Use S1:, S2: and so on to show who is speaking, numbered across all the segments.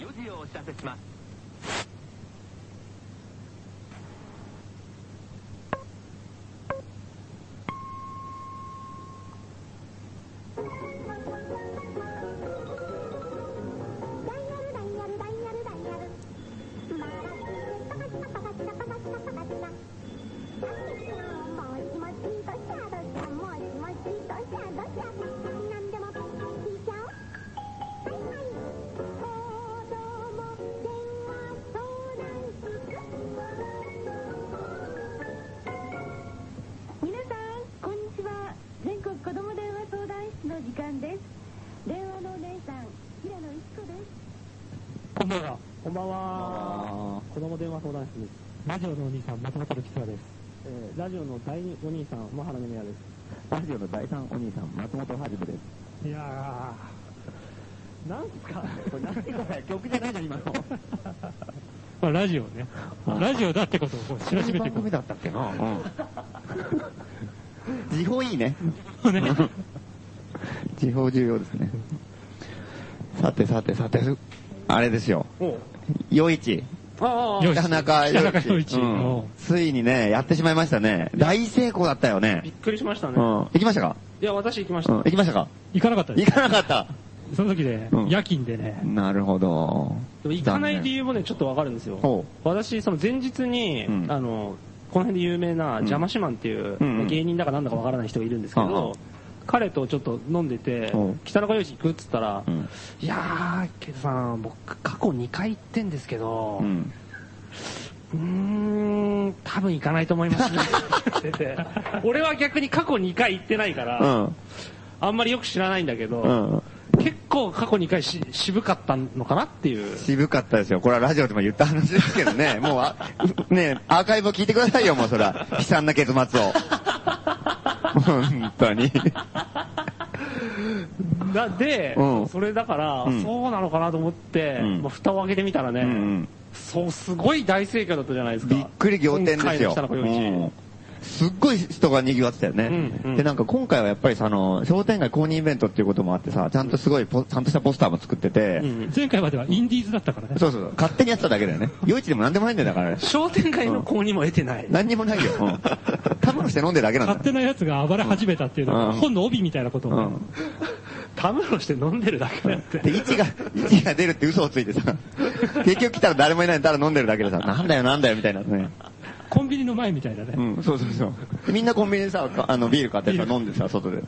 S1: 着します
S2: 皆さんこんにちは全国子ども電話相談室の時間です電話のお姉さん平野一子です
S3: こんばんは。こんばん
S4: は。
S3: 子供電話相談室です。ラジオのお兄さん、松本吉也です。えー、ラジオの第二お兄さん、真原美也で
S4: ラジオの第三お兄さん、松本はじめです。
S3: す。いやー、なんすか
S4: これ何これ曲じゃないじゃん、今の。
S5: まあ、ラジオね。ラジオだってことをこう知らしめていこう。
S4: だったっけな。時報いいね。
S5: ね
S4: 時報重要ですね。さてさてさて、あれですよ。夜市。
S3: あ
S5: よし
S4: 田中
S5: 田
S4: 夜
S5: 中
S4: 市
S5: 陽一。
S4: うん
S5: お
S4: ついにね、やってしまいましたね。大成功だったよ
S6: び
S4: ね
S6: っ。くりしました
S4: うん。
S6: ね。
S4: 行きましたか
S6: いや、私行きまし
S4: う
S6: た。
S4: ん。行きましたか
S5: 行かなかったで
S4: 行
S5: す。
S4: かなかった。
S5: その時で
S4: う、ん
S5: 夜勤でね。
S4: なるほど。
S6: でも行かない理由もね、ちょっとわかるんですよ。
S4: ほ
S6: 私、その前日に、
S4: うん
S6: あの、この辺で有名な、ジャマシマンっていう、
S4: うんうん
S6: 芸人だかなんだかわからない人がいるんですけど、
S4: うんうん
S6: 彼とちょっと飲んでて
S4: うん、
S6: 北中陽一行くっつったら、
S4: う。うん。
S6: いやー、ケイトさん、僕、過去2回行ってんですけど、
S4: う。
S6: うんーん、多分行かないと思い ますね。って言ってて俺は逆に過去2回行ってないか
S4: う
S6: ら、
S4: ん。
S6: あんまりよく知らないんだけど、
S4: うん。
S6: 結構過去2回し渋かったのかなっていう。
S4: 渋かったですよ。これはラジオでも言った話ですけどね。もうあ、ねえアーカイブを聞いてくださいよ、もうそら。悲惨な結末を。本当に。
S6: だで、
S4: うん
S6: それだから、
S4: うん
S6: そうなのかなと思って、
S4: うん
S6: まあ、蓋を開けてみたらね、
S4: うんうん
S6: そう、すごい大盛況だったじゃないですか。
S4: びっくり仰天
S6: 今回
S4: です
S6: の
S4: よ。
S6: 北中陽一
S4: うんすっごい人が賑わってたよね。
S6: うんうん
S4: で、なんか今回はやっぱりさ、あの、商店街公認イベントっていうこともあってさ、ちゃんとすごいポ、ちゃんとしたポスターも作ってて、
S6: うん
S5: 前回まではインディーズだったからね。
S4: そうそうそう、勝手にやってただけだよね。夜市でもなんでもないんだよ、だからね。
S6: 商店街の購入も得て ない。
S4: 何にもないよ。うん。タバコして飲んでるだけなんだよ
S5: 勝手な奴が暴れ始めたっていうの
S4: うん
S5: が、本の帯みたいなこと
S4: う
S5: をね
S4: ん。
S6: たむろして飲んでるだけだって。
S4: で、位置が、位置が出るって嘘をついてさ、結局来たら誰もいないただ飲んでるだけでさ、なんだよなんだよみたいなね。
S5: コンビニの前みたいなね。
S4: うん、そうそうそう。でみんなコンビニでさ、かあの、ビール買ってさ、飲んでさ、外で。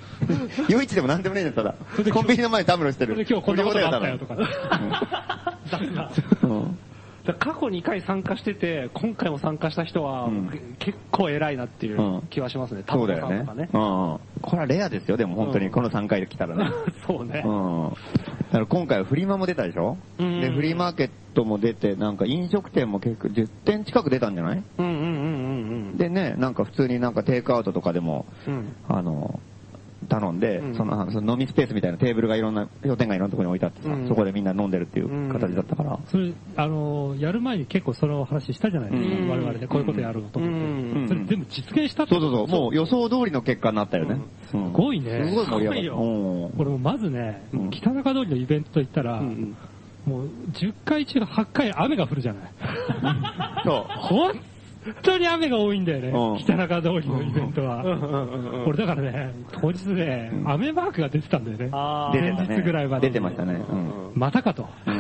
S4: 夜市でもなんでもねえんだよ、
S5: そ
S4: た
S5: れで
S4: だ。
S5: 今日
S4: コンビニの前にタムロしてる。
S5: それで今日こんなことがあったよとか
S4: 無料 だ
S6: だから
S4: 多分うん
S6: だから過去2回参加してて、今回も参加した人は、
S4: うん
S6: 結構偉いなっていう気はしますね。タ
S4: そう
S6: ム
S4: だ
S6: ロ
S4: よ
S6: さん
S4: ね
S6: とかね。。
S4: うんうん。これはレアですよ、でも本当
S6: う
S4: に。
S6: ん
S4: この3回で来たらね。
S6: そうね。
S4: うん。だから今回はフリマも出たでしょ
S6: うん
S4: で、フリーマーケットも出て、なんか飲食店も結構10点近く出たんじゃない
S6: うんうんうんうん
S4: でね、なんか普通になんかテイクアウトとかでも、
S6: うん。うん
S4: あの、頼んで、
S6: うん
S4: その、あその飲みスペースみたいなテーブルがいろんな、商店街いろんなところに置いてあってさ、
S6: うん
S4: そこでみんな飲んでるっていう形だったから。
S5: それ、あのーやる前に結構その話したじゃないですか。
S4: うん
S5: 我々でこういうことやろうと思って。
S4: うん
S5: それ全部実現したって
S4: そうそうそう、もう予想通りの結果になったよね。うん
S5: すごいね
S4: すごい盛り上
S6: すご
S4: がった。
S6: いよ
S4: うん
S5: これもまずね
S4: うん、
S5: 北中通りのイベントといったら、
S6: うん
S5: もう10回中8回雨が降るじゃない。
S4: そう。
S5: 本当に雨が多いんだよ
S4: うん
S5: ね、北中通りのイベント
S6: う
S5: は。
S6: んうんうんうん。
S5: 俺だからね、当日ね、雨マークが出てたんだよね。
S6: あ
S4: 出
S6: ー
S4: てた
S5: 前
S4: ね。
S5: 日ぐらいまで
S4: 出てましたね。うん。
S5: またかと。
S4: う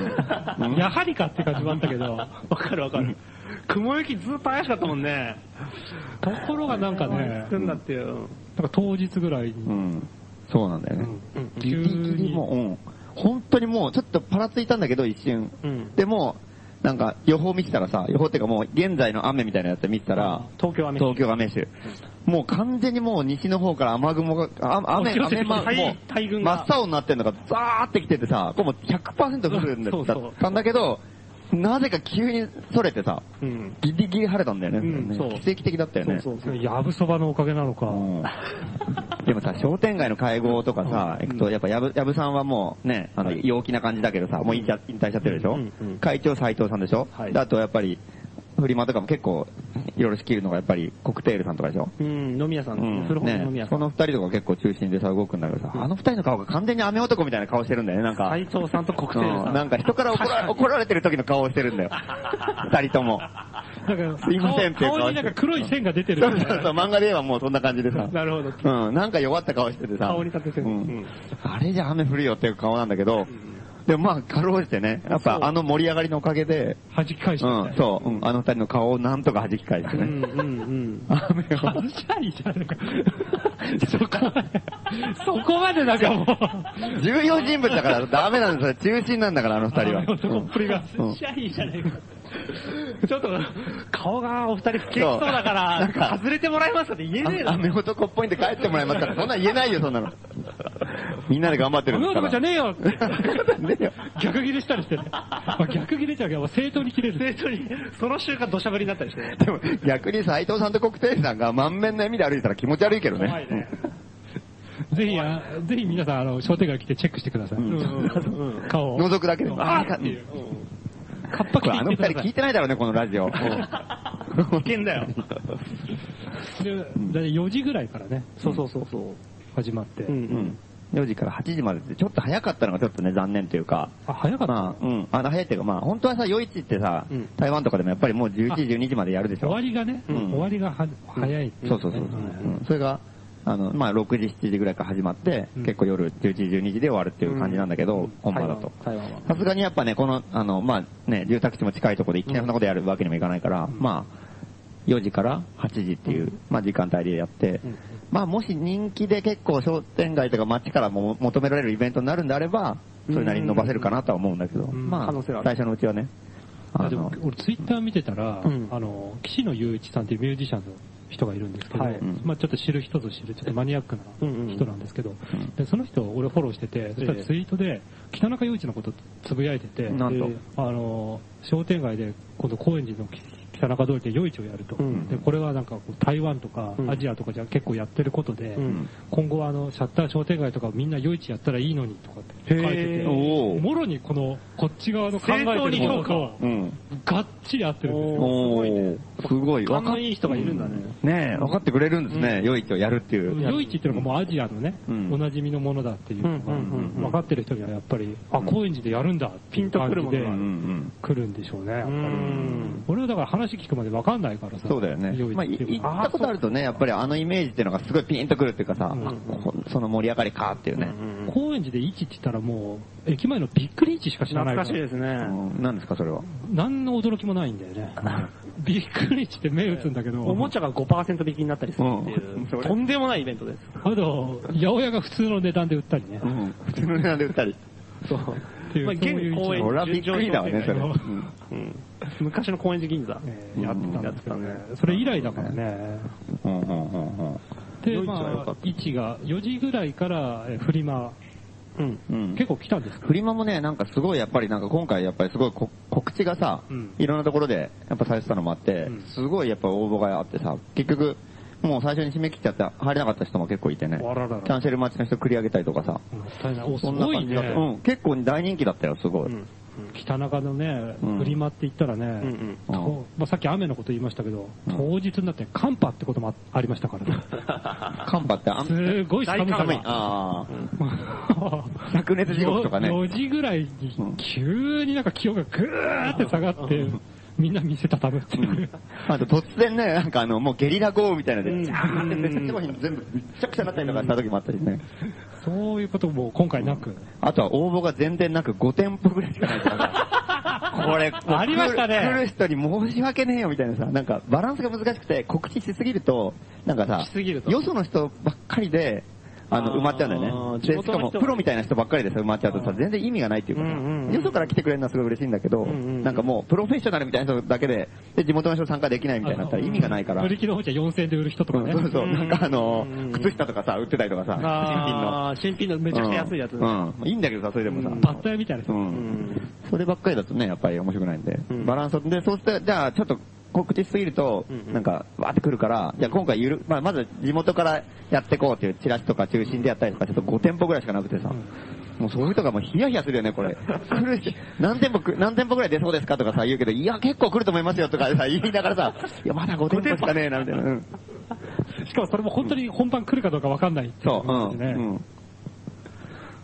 S4: ん
S5: やはりかって感じもあったけど、
S6: わかるわかる。雲行きずっと怪しかったもんね。
S5: ところがなんかね、
S6: んだっていう。
S5: なんか当日ぐらいに
S4: うん。そうなんだよね。ギ
S5: 急
S4: リギリ
S5: に
S4: もう、うん。本当にもう、ちょっとパラついたんだけど、一瞬。
S6: うん
S4: でも、なんか、予報見てたらさ、予報っていうかもう、現在の雨みたいなやつ見てたら、
S6: 東京は雨。
S4: 東京雨州。もう完全にもう西の方から雨雲が、あ雨、
S6: もう
S4: 雨、ま、
S6: 大
S4: もう、
S6: 大群
S4: 真
S6: が
S4: っ青になってんのがザーってきててさ、これもう100%降るんだ
S6: そう
S4: だ
S6: そう
S4: ったんだけど、なぜか急にそれてさ、
S6: うん。
S4: ギリギリ晴れたんだよね。
S6: うん
S4: それね
S6: そう
S4: 奇跡的だったよね。
S6: そうそう。
S5: やぶそばのおかげなのか。
S4: うんでもさ、商店街の会合とかさ、行くと、やっぱ、やぶ、やぶさんはもうね、あの、陽気な感じだけどさ、もう引退引退しちゃってるでしょ
S6: うんうん
S4: 会長斎藤さんでしょ
S6: はい
S4: であとやっぱり、フリマとかも結構、いろいろ仕切るのがやっぱりコクテールさんとかでしょ。
S6: うん、飲み屋さんですね。古本の飲み
S4: ね
S6: 屋、さ
S4: こ
S6: ん。
S4: の二人とか結構中心でさ、動くんだけどさ、あの二人の顔が完全に雨男みたいな顔してるんだよね、なんか。
S6: 斎藤さんと国
S4: う
S6: 政さ
S4: ん
S6: ん。
S4: なんか人から怒ら怒られてる時の顔をしてるんだよ。二人とも。
S3: なんか
S4: すいませんっていう顔
S3: 顔になんか黒い線が出てる
S4: そう
S3: み
S4: そう
S3: たい
S4: そう、
S3: な。
S4: 漫画で言えばもうそんな感じでさ。
S6: なるほど。
S4: うん、なんか弱った顔しててさ。
S6: 顔に立ててる。
S4: う
S6: うんん。
S4: あれじゃ雨降るよっていう顔なんだけど、でもまあ、かろうじてね、やっぱあの盛り上がりのおかげで、
S3: 弾き返し
S4: う
S3: たみた
S4: ん
S3: い、な。
S4: そう、うん、あの二人の顔をなんとか弾き返して
S6: うん、う
S4: ね。
S6: ん、
S4: 雨を。
S3: はしゃいじゃん。なんか そこまで、そこまでなんかもう、
S4: 重要人物だからダメなんですよ。中心なんだから、あの二人 は。
S3: そこっぷりが。
S4: うん
S3: しゃいじゃねえか。
S6: うん。ちょっと、顔がお二人不景気そうだか、
S4: そうなんから
S6: 外れてもらえますかって言えねえ
S4: あ
S6: な。
S4: 雨男っぽいんで帰ってもらいますから、そんなん言えないよ、そんなの。みんなで頑張ってる
S3: お
S4: んですから。
S3: 前男じゃねえよって。
S4: ねえよ
S3: 逆切れしたりしてね。まあ逆切れちゃうけど、正当に切れる。
S6: 本当に、その瞬間土砂降りになったりしてね。
S4: でも逆に斎藤さんと国定さんが満面の笑みで歩いてたら気持ち悪いけど
S6: 怖い
S4: ね。
S6: ね。
S3: ぜひ、あぜひ皆さん、あの、商店街来てチェックしてください。顔を。
S4: 覗くだけでも。あ
S3: あ
S4: ー
S3: っていう。カッ
S4: こ
S3: パ着
S4: れあの
S3: て
S4: 二
S3: 行って
S4: 人
S3: くださ
S4: 聞い
S3: い。
S4: てないだろうね、このラジ オ。
S6: 危険だよ。
S3: でだいたい4時ぐらいからね、
S6: そうそうそうそう。
S3: 始まって
S6: う。、
S4: うんん4時から8時までって、ちょっと早かったのがちょっとね、残念というか。
S3: あ、早かった。
S4: まあ、うん。あの、早いっていうか、まあ、本当はさ、夜市ってさ
S6: うん、
S4: 台湾とかでもやっぱりもう11時、12時までやるでし
S3: 終
S4: ょ
S3: わ。りがね、
S4: うん
S3: 終わりがは早い。
S4: そうそうそう。うんそれが、あの、まあ、6時、7時ぐらいから始まって、
S3: うん
S4: 結構夜11時、12時で終わるっていう感じなんだけど、本場だと。さすがにやっぱね、この、あの、まあ、ね、住宅地も近いところでいきなりそんなことやるわけにもいかないから、まあ、4時から8時っていう、まあ、時間帯でやって、まあ、もし人気で結構商店街とか街からも求められるイベントになるんであれば、それなりに伸ばせるかなとは思うんだけど、
S3: ん
S4: まあ、
S6: 可能性はある
S4: 最初のうちはね。
S3: あでも俺ツイッター見てたら、
S6: うん
S3: あの岸野雄一さんっていうミュージシャンの人がいるんですけど、
S6: はい
S4: うん
S3: まあ、ちょっと知る人ぞ知るちょっとマニアックな人なんですけど、
S4: ん
S3: でその人を俺フォローしててそしたらツイートで北中雄一のことつぶやいてて、
S4: なんと
S3: であの商店街で今度高円寺の北中通りで夜市をやると、
S6: ん
S3: でこれはなんかこう台湾とか
S6: うん
S3: アジアとかじゃ結構やってることで、
S6: うん
S3: 今後はあのシャッター商店街とかみんな夜市やったらいいのにとかって書いて
S6: へ
S3: て
S6: ー
S4: おー
S3: もろにこのこっち側の考えてることを
S4: うん。
S3: がっちり合ってるんですよ。
S4: おー、すごい。
S6: 勘のいい人がいるんだね。
S4: ねえ、分かってくれるんですね、良いとやるっていう。
S3: 夜市っていうのがもうアジアのね、
S4: うん
S3: おなじみのものだっていうのが、
S6: うんうんうんうん
S3: 分かってる人にはやっぱり、あ、高円寺でやるんだっていう感じ
S6: ピンとく
S3: で
S6: るも
S4: うんう
S6: の
S4: ん
S3: 来るんでしょうね、やっぱり
S6: うん。
S3: 俺はだから話聞くまで分かんないからさ。
S4: そうだよね。まあ、
S3: 夜市
S4: い
S3: っていう
S4: 行
S3: のは
S4: ったことあるとね、やっぱりあのイメージっていうのがすごいピンとくるっていうかさ、
S3: うん
S4: あこその盛り上がりかっていうね。
S3: 高円寺で市って言ったらもう、駅前のビッグリーチしか知らない
S6: 懐
S3: か
S6: かしい
S3: ら、
S6: ですね。
S4: うん何ですか、それは。
S3: 何の驚きもないんだよね。ビッグリーチって目打つんだけど、
S6: おもちゃが5%引きになったりするっていう、
S4: うんそれ
S6: とんでもないイベントです。
S3: あと、八百屋が普通の値段で売ったりね。
S4: 普通の値段で売ったり。
S6: そう。
S3: っていう
S6: まあ、現
S3: そういう
S6: 公園
S4: 俺はびっくりだわね、それ。
S3: うん
S4: うん
S6: うん昔の高円寺銀座。
S3: えーやってたんですけど
S6: や
S3: ね
S6: ってたね。
S3: それ以来だからね。
S4: うんうんうんうん
S3: で、
S4: 夜市は良
S3: ま
S4: か
S3: あ
S4: っ、
S3: 位置が4時ぐらいからえーフリマ、
S6: うん。
S4: うん
S3: 結構来たんですか
S4: フリマもね、なんかすごいやっぱりなんか今回やっぱりすごいこ告知がさ、
S3: うん
S4: いろんなところでやっぱされてたのもあって、
S3: うん
S4: すごいやっぱ応募があってさ、結局、もう最初に締め切っちゃって入れなかった人も結構いてね、
S3: あららら
S4: キャンセル待ちの人繰り上げたりとかさ、
S3: もったいない。おす
S4: そんな
S3: ごい
S4: 感じだった、
S3: ね。
S4: うん、結構大人気だったよ、すごい。
S6: うん。
S3: 北中のね
S4: うん、
S3: フリマって言ったらね、
S6: ん
S4: うん
S3: こうまあ、さっき雨のこと言いましたけど、
S4: うん
S3: 当日になって寒波ってこともあありましたからね。
S4: カンパ ってあん
S3: すごい寒さ
S4: 寒い。
S3: が。
S4: あ
S3: 100
S4: 灼熱地獄とかね
S3: 4時ぐらいに急になんか気温がぐーって下がって、みんな店畳むっていう。
S4: あ。あと突然ね、なんかあの、もうゲリラ豪雨みたいなので、ジャーって別の商品全部めちゃくちゃになったりとかした時もあったりね。
S3: そういうことも今回なく。
S4: あとは応募が全然なく5店舗ぐらいしかないから。こ れ、
S3: ありましたね
S4: 来る人に申し訳ねえよみたいなさ、なんかバランスが難しくて告知しすぎると、なんかさ
S6: しすぎる、と
S4: よその人ばっかりで、あの、
S6: あー
S4: 埋まっちゃうんだよね。
S6: 地元
S4: で、
S6: の
S4: し
S6: 人
S4: かもプロみたいな人ばっかりでさ、埋まっちゃうとさ、全然意味がないっていうか
S6: うんうんう
S4: さ、
S6: ん
S4: よそから来てくれるのはすごい嬉しいんだけど、
S6: うんうん
S4: なんかもうプロフェッショナルみたいな人だけで、で、地元の人参加できないみたいになったら意味がないから
S3: 売。り切りの方じゃ4000円で売る人とか
S4: うん
S3: ね。
S4: そうそう、
S6: うん
S4: なんかあの
S6: うんうん、
S4: 靴下とかさ、売ってたりとかさ、新品の。
S6: あー新品のめちゃくちゃ安いやつ。
S4: うん。うんいいんだけどさ、それでもさ。
S3: バッタ屋みたいな
S4: う。
S3: 人。
S6: うんん
S4: そればっかりだとね、やっぱり面白くないんで。
S6: うん
S4: バランスをで、そうしたら、じゃあちょっと告知しすぎると
S6: うんう、ん
S4: なんか、わーってくるから、じゃあ今回ゆる、まあまず地元からやっていこうっていうチラシとか中心でやったりとか、ちょっと5店舗ぐらいしかなくてさ。もうそういうとかもうヒヤヒヤするよね、これ。来るし、何店舗く、何店舗くらい出そうですかとかさ、言うけど、いや、結構来ると思いますよとか さ、言いながらさ、いや、まだ5店舗しかねえな、みたいな。うん。
S3: しかもそれも本当に本番来るかどうかわかんないってい
S4: そう、う
S3: 感じでね。
S4: ん。うん。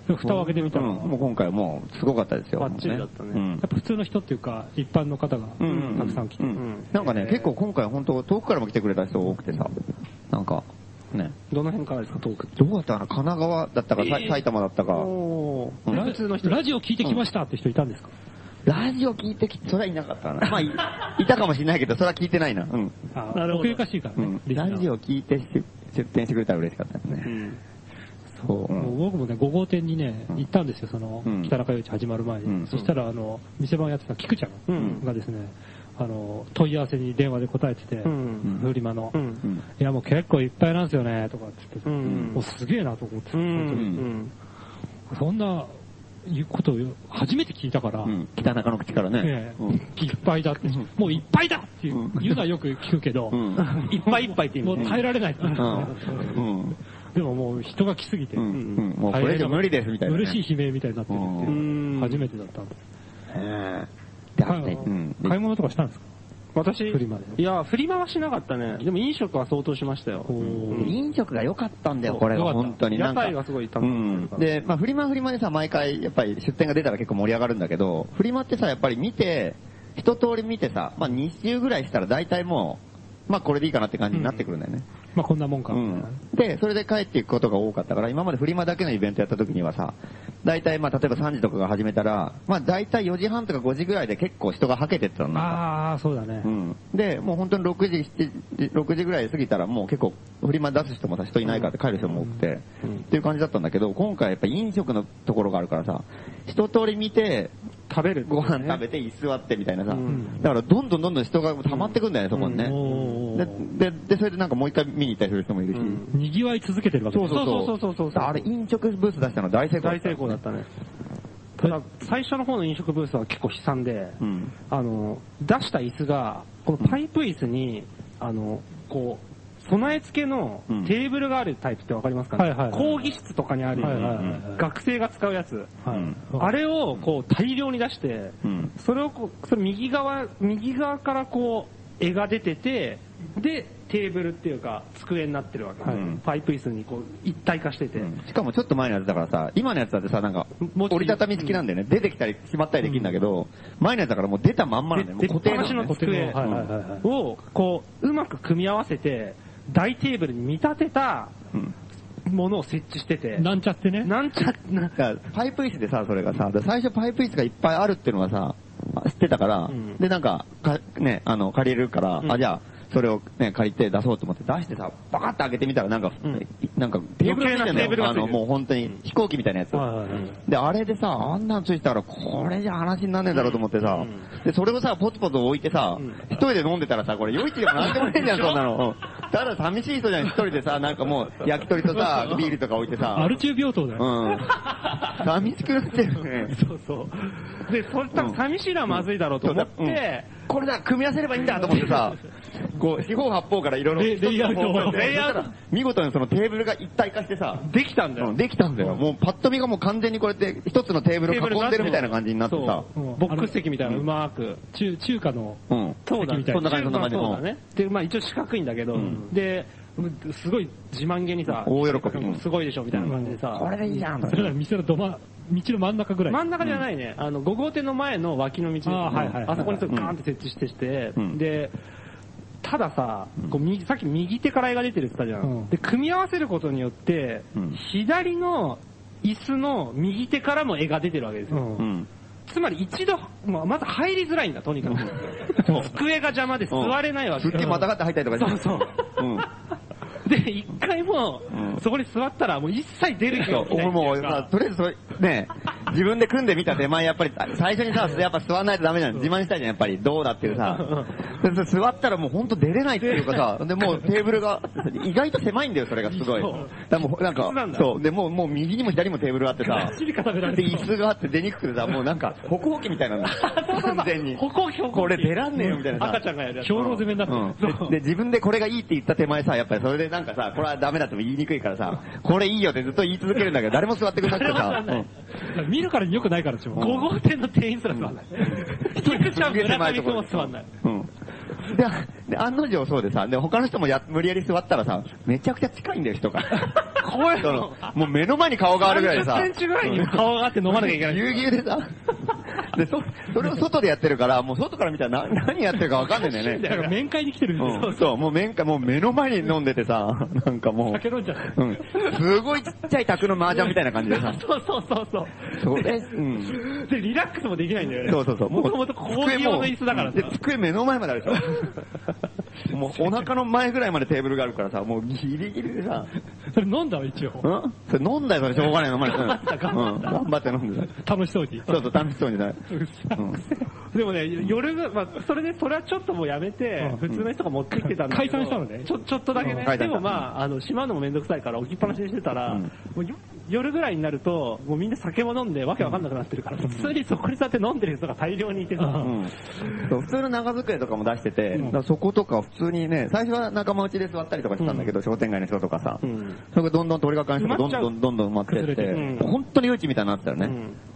S3: で蓋を開けてみたら、
S4: うんもう今回もう、すごかったですよ。
S6: バッチリだったね
S4: う
S3: や
S4: ん
S3: っぱ普通の人っていうか、一般の方がたくさん来て
S4: う、んなんかね、結構今回本当遠くからも来てくれた人多くてさ、なんか、ね、
S6: どの辺からですか、遠く。
S4: どうだったかな神奈川だったか、さい埼玉だったか、
S6: お
S4: う
S6: ー
S4: ん
S3: ラ
S6: 普通の人。
S3: ラジオ聞いてきましたって人いたんですか、
S4: ラジオ聞いてき、それはいなかったな。まあい、いたかもしれないけど、それは聞いてないな。うん。
S3: あ
S6: なるほど
S3: 奥ゆかしいから
S4: う
S3: ね、
S4: ん、
S3: リスナー
S4: ラジオ聞いてし出店してくれたら嬉しかったです
S6: う
S4: ね。
S6: ん
S4: そう。う
S3: もうん僕もね、5号店にね、
S4: うん
S3: 行ったんですよ、その
S4: うん、
S3: 北中夜市始まる前に。
S4: うん
S3: そしたら、あの、店番やってた菊ちゃんがですね、あの、問い合わせに電話で答えてて、
S6: うん
S3: フリマの、
S6: うん
S4: うん
S3: いや、もう結構いっぱいなんですよね、とかって言ってて、
S6: うん
S3: もうすげえなと思って
S6: う
S3: て、
S6: ん
S3: 本
S6: うん
S3: 当にそんな、いうことを初めて聞いたから、
S4: うん。北中の口からね
S3: え。え
S4: うん
S3: いっぱいだって、もういっぱいだっていう
S4: うん
S3: 言うのはよく聞くけど、
S4: うん
S6: いっぱいいっぱいって意
S3: も
S6: 味
S3: う
S6: ね
S3: 耐えられないって言うん
S4: う
S3: ですよね、
S4: ん。
S3: でももう人が来すぎて、
S4: うん。うん。もうこれ以上無理ですみたいなね。
S3: 嬉しい悲鳴みたいになってるっていう、
S6: うん
S3: 初めてだったんで。
S4: ええ。で、あとね、うん。
S3: 買い物とかしたんですか
S6: 私、
S3: フリマで
S6: いや、振り回しなかったね。でも飲食は相当しましたよ。
S4: で飲食が良かったんだよ、これが
S3: 良かった
S4: 本当に。
S6: 屋
S4: なんか
S6: 台がすごい楽
S4: う
S6: しかった。
S4: んで、まあ、フリマはフリマでさ、毎回、やっぱり出店が出たら結構盛り上がるんだけど、フリマってさ、やっぱり見て、一通り見てさ、まあ、2週ぐらいしたら大体もう、まあ、これでいいかなって感じになってくるんだよね。
S3: まあこんなもんか。
S4: うん。で、それで帰っていくことが多かったから、今までフリマだけのイベントやった時にはさ、大体まあ、例えば3時とかが始めたら、まあ、大体4時半とか5時ぐらいで結構人がはけてったのなんか。
S3: ああ、そうだね
S4: う。ん、で、もう本当に6時、7時、6時ぐらい過ぎたらもう結構振り回出す人もさ、人いないからって帰る人も多くて、っていう感じだったんだけど、今回やっぱ飲食のところがあるからさ、一通り見て、
S6: 食べる。
S4: ご飯食べて、居座ってみたいなさ、
S6: ん
S4: だからどんどんどんどん人が溜まってくんだよね、そこにね。
S3: おー
S4: ででで、それでなんかもう一回見に行ったりする人もいるし。
S6: うん
S3: にぎわい続けてるわけ
S4: そうそうそう。
S6: そうそうそうそうそう
S4: あれ、飲食ブース出したの大成功
S6: 大成功だったね。ただ、最初の方の飲食ブースは結構悲惨で、
S4: うん。
S6: あの、出した椅子が、このパイプ椅子に、あの、こう、備え付けの
S4: うん
S6: テーブルがあるタイプってわかりますかね、
S3: はいはいはい
S6: 講義室とかにある、
S3: はいはいはいはい
S6: 学生が使うやつ。
S3: はい
S4: うん
S6: あれをこう大量に出して、
S4: うん。
S6: それをこう、それ右側、右側からこう、絵が出てて、で、テーブルっていうか、机になってるわけ。
S4: はい
S6: パイプ椅子にこう、一体化してて。
S4: しかもちょっと前のやつだからさ、今のやつだってさ、なんか、
S6: もうちょい
S4: 折りたたみ式なんだよね。出てきたり、しまったりできるんだけど、前のやつだからもう出たまんまなんだよ。もう
S6: で出っ
S4: 固定な
S6: 放しの
S4: のね。
S6: 机
S3: はいはいはいはい
S6: を、こう、うまく組み合わせて、大テーブルに見立てた
S4: うん
S6: ものを設置してて、
S3: なんちゃってね。
S6: なんちゃ、な
S4: だからパイプ椅子でさ、それがさ、だから最初パイプ椅子がいっぱいあるっていうのはさ、知ってたから、
S6: ん
S4: で、なんかか、ね、あの、借りれるから、
S6: ん
S4: あ、じゃあ、それをね、借りて出そうと思って出してさ、バカッと開けてみたらなんか、
S6: うん
S4: なんかテーブルがついてん
S6: 余計な
S4: だ
S6: テーブル
S4: よ。
S6: がつ
S4: あ
S6: いてる
S4: の、もう本当に飛行機みたいなやつ。
S3: はいはいはい
S4: で、あれでさ、あんなんついてたら、これじゃ話になんねえだろうと思ってさ、で、それをさ、ポツポツ置いてさ、一人で飲んでたらさ、これ、夜市でもなんでもねえじゃん、そんなの。うんただ寂しい人じゃん、一人でさ、なんかもう、焼き鳥とさ、ビールとか置いてさ
S3: ア、ルチュー病棟だ
S4: う
S3: よ。
S4: ん。寂しくなってるね。
S6: そうそう。で、それ多分寂しいのはまずいだろうと思って、
S4: うんこれだ、組み合わせればいいんだと思ってさ、こう、四方八方からいろいろ、
S3: レレイアウトを
S4: 一つの方向に
S3: レイアウト
S4: そしたら見事にそのテーブルが一体化してさ、
S6: できたんだよ。
S4: うんできたんだよ。もうパッと見がもう完全にこうやって一つのテーブルを囲んでるみたいな感じになってさ。
S6: そうボックス席みたいなのうまく。
S3: 中、中華の、
S4: うん。
S6: そうだね。
S4: そんな感じ、そんな感じ。
S6: そうだね。で、まあ一応四角いんだけど、で、すごい自慢げにさ、
S4: 大喜び
S6: うんすごいでしょみたいな感じでさ、
S4: これでいいじゃん、
S3: それなら店のど真、道の真ん中ぐらい。
S6: 真ん中じゃないね、あの、5号店の前の脇の道ですね
S3: あーはいはいはい
S6: あそこにそれガーンって設置してして
S4: う、ん
S6: で、たださ、こう右さっき右手から絵が出てるって言ったじゃん。
S3: うん
S6: で、組み合わせることによって、
S4: うん
S6: 左の椅子の右手からも絵が出てるわけですよ。
S3: うん
S4: うん。
S6: つまり一度、まあまず入りづらいんだ、とにかく。 机が邪魔で座れないわけ。
S4: すっげえまたがって入ったりとかして。
S6: そう
S4: う。ん。
S6: で、一回も
S4: うん、
S6: そこに座ったら、もう一切出る気が
S4: 俺もうさ、とりあえずそれ、ね自分で組んでみた手前、やっぱり、最初にさ、やっぱ座んないとダメじゃん。自慢したいじゃん、やっぱり。どうだっていうさ。でそれ座ったらもうほんと出れないっていうかさ、で、もうテーブルが、意外と狭いんだよ、それがすごい。だからもうなん
S6: 椅子な
S4: か
S6: ん、だ
S4: そう。で、もう、もう右にも左にもテーブルあってさ、
S5: 尻固められて
S4: で、椅子があって出にくくてさ、もうなんか、歩行器みた いなんだ。 完全に。
S6: 歩行器歩行器
S4: これ出らんねえよ、みたいなさ。
S6: 赤ちゃんがやるやつ。
S5: 兵糧攻めになってる。
S4: うんで、自分でこれがいいって言った手前さ、やっぱりそれでなんかさ、これはダメだっても言いにくいからさ、これいいよってずっと言い続けるんだけど、誰も座ってくれなくてさ、うん
S5: 見るからに良くないからでしょ。
S6: 5号店の店員すら座んない。菊ちゃん村上君も座んない。
S4: うん。で、あで案の定そうでさ、で、他の人もや、無理やり座ったらさ、めちゃくちゃ近いんだよ、人が。
S6: 怖い
S4: そのもう目の前に顔があるぐらいでさ
S6: 30セ、ンチぐらいに顔があって飲まなきゃいけない。。
S4: ぎゅうぎゅうでさ、で、そ、それを外でやってるから、もう外から見たらな何やってるかわかんないんだよ
S5: だか
S4: ね。
S5: ら面会に来てるんです
S4: う
S5: よ
S4: ん、。そう、もう面会、もう目の前に飲んでてさ、なんかもう。
S5: 酒飲んじゃって。
S4: うん。すごいちっちゃい卓の麻雀みたいな感じでさ
S6: そうそうそうそう。
S4: それ、うん。
S6: で、リラックスもできないんだよね。
S4: そうそうそう。
S6: もともと工
S4: 机
S6: 事
S4: も
S6: 用の椅子だから
S4: で
S6: さ、。
S4: 机目の前まであるでし ょ。もうお腹の前ぐらいまでテーブルがあるからさ、もうギリギリでさ、
S5: それ飲んだわ、一応。
S4: うんそれ飲んだよ、それしょうがないの、まだ。うん。頑張って飲んでた。
S5: 楽しそうに。
S4: そうそう、楽しそうにね。
S5: うっさ
S4: うん。
S6: でもね、夜が、まあ、それで、それはちょっともうやめて、普通の人が持ってきてたんだけど。
S5: 解散したのね
S6: ちょ、ちょっとだけね
S4: うん。
S6: でもまあ、あの、しまうのもめんどくさいから置きっぱなしにしてたら、
S4: うん
S6: もうよ夜ぐらいになると、もうみんな酒も飲んでわけわかんなくなってるから、普通にそこに座って飲んでる人が大量にいてさ、
S4: うんそう普通の長机とかも出してて、だからそことか普通にね、最初は仲間内で座ったりとかしてたんだけど、商店街の人とかさ、
S6: ん
S4: それがどんどん通りがかりの人がどんどんどんどん埋まってって、
S5: 崩
S6: れてるうん
S4: 本当に夜市みたいになってたよね。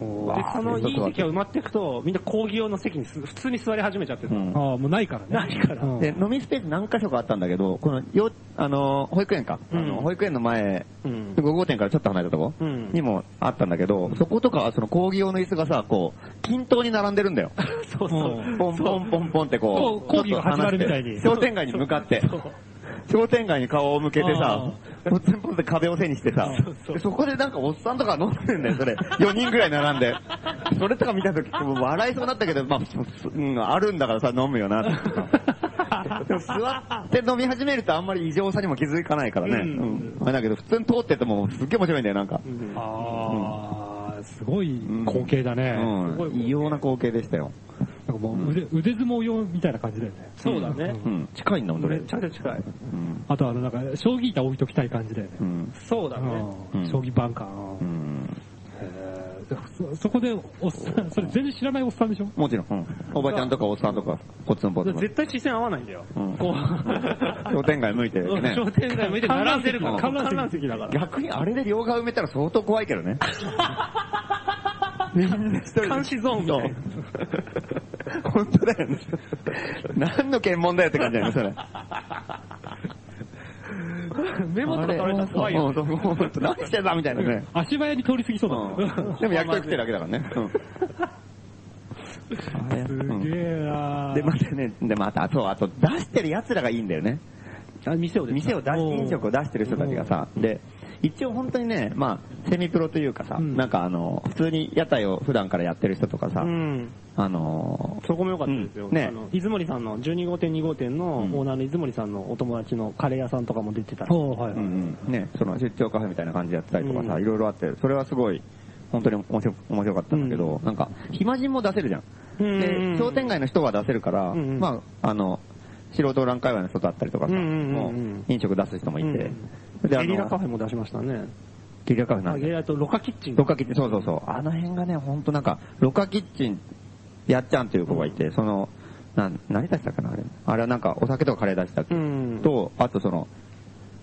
S6: うんで、そのいい席が埋まっていくと、みんな講義用の席にす普通に座り始めちゃってさ、
S4: うん
S5: ああ、もうないからね。
S6: ないから
S5: うん
S4: で、飲みスペース何箇所かあったんだけど、この、よ、あの、保育園か。あの、
S6: うん
S4: 保育園の前、
S6: うん
S4: 5号店からちょっと離れたとこ、
S6: うん
S4: にもあったんだけど、そことかはその講義用の椅子がさ、こう、均等に並んでるんだよ。
S6: そうそう。
S4: ポンポンポンポンってこ
S5: こう
S4: う、
S5: 講義が始まるみたいに
S4: ちょっと離して商店街に向かって、商店街に顔を向けてさ、ポツンポツンって壁を背にしてさ、でそこでなんかおっさんとか飲んでんだよ、それ。4人ぐらい並んで。それとか見たとき、もう笑いそうになったけど、まあ、うん、あるんだからさ、飲むよなってさ。でも座って飲み始めるとあんまり異常さにも気づかないからね。
S6: うん
S4: うん。あれだけど、普通に通っててもすっげえ面白いんだよ、なんか。
S5: ああ、すごい光景だね。
S4: うん
S5: すごい
S4: 異様な光景でしたよ。
S5: なんかもう腕腕相撲用みたいな感じだよね。
S6: そうだね。
S4: うん。近いんだもん、そ
S6: め
S4: れ
S6: っ。ちゃくちゃ近い。
S4: うん。
S5: あとあの、なんか、将棋板置いときたい感じだよね。
S4: うん。
S6: そうだね。
S5: うん
S4: うん
S5: 将棋盤か。
S4: うん。
S5: へーそそこで、おっさん、それ全然知らないおっさんでしょ
S4: もちろん。うんおばちゃんとかおっさんとか、こっちのぼっちの。
S6: 絶対視線合わないんだよ。
S4: うん
S6: こ
S4: 商店街向いて
S6: う、
S4: ね。
S6: 商店街見て並んでるから、
S5: 観覧席
S6: 観覧席だから。
S4: 逆にあれで両側埋めたら相当怖いけどね。 みんな一人で
S6: 監視ゾーンみたいな。
S4: そう本当だよね。何の検問だよって感じだよね、それ。
S6: メモとか取られたら怖い
S4: うん
S6: よ。
S4: そう本当何してんだみたいなね。
S5: 足早に通り過ぎそうだもん。
S4: うんでも焼き鳥食ってるだけだからね。うんあれうん
S5: すげえなー
S4: で、またね、で、また、そう、あと出してる奴らがいいんだよね。
S6: 店をです
S4: 店を出し、
S5: おー
S4: 飲食を出してる人たちがさ、で、一応本当にね、まあ、セミプロというかさ、
S5: ん
S4: なんかあの、普通に屋台を普段からやってる人とかさ、
S6: うん。
S4: あの
S6: そこも良かったですよ。
S4: うんね
S6: あの、出森さんの、12号店2号店の
S4: うん
S6: オーナーの出森さんのお友達のカレー屋さんとかも出てたし。
S5: おーはい
S4: ー、うんうんね、その出張カフェみたいな感じでやってたりとかさ、
S6: うん
S4: いろいろあって、それはすごい、本当に面白面白かったんだけど、なんか、暇人も出せるじゃん。
S6: うん
S4: で、商店街の人は出せるから、
S6: うんうん
S4: まあ、あの、素人欄界隈の人だったりとかさ、
S6: うんうんうんうん
S4: もう飲食出す人もいて、で、あ
S6: ゲリラカ
S4: の、
S6: フェも出しましたね。
S4: ゲリラカフェな
S6: あ、
S4: ん
S6: ゲ
S4: で
S6: リラとロカキッチン。
S4: ロカキッチン、そうそうそう。あの辺がね、ほんとなんか、ロカキッチン、やっちゃんという子がいて、その、なん、何出したかな、あれ。あれはなんか、お酒とかカレー出したっけ、
S6: うん
S4: と、あとその、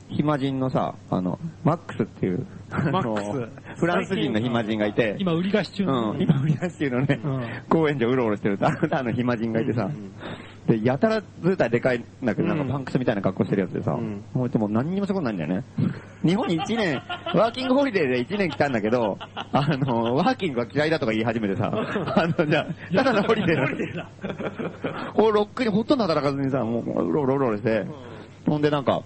S4: 暇人のさ、あの、マックスっていう、
S6: マックス
S4: あのフランス人の暇人がいて、
S5: 今、売り出し中の
S4: うん、今、売り出し中のね、公園でうろうろして ると、あのあの暇人がいてさ、で、やたら図体でかいんだけど、なんかパンクスみたいな格好してるやつでさ、
S6: ん
S4: もうでも何にもそこないんだよね。 日本に1年、 ワーキングホリデーで1年来たんだけど、あの、ワーキングが嫌いだとか言い始め てさ、あの、じゃあただのホリデーだ。 こうロックにほとんど働かずにさ、もううろうろうろうろして、ほんでなんか、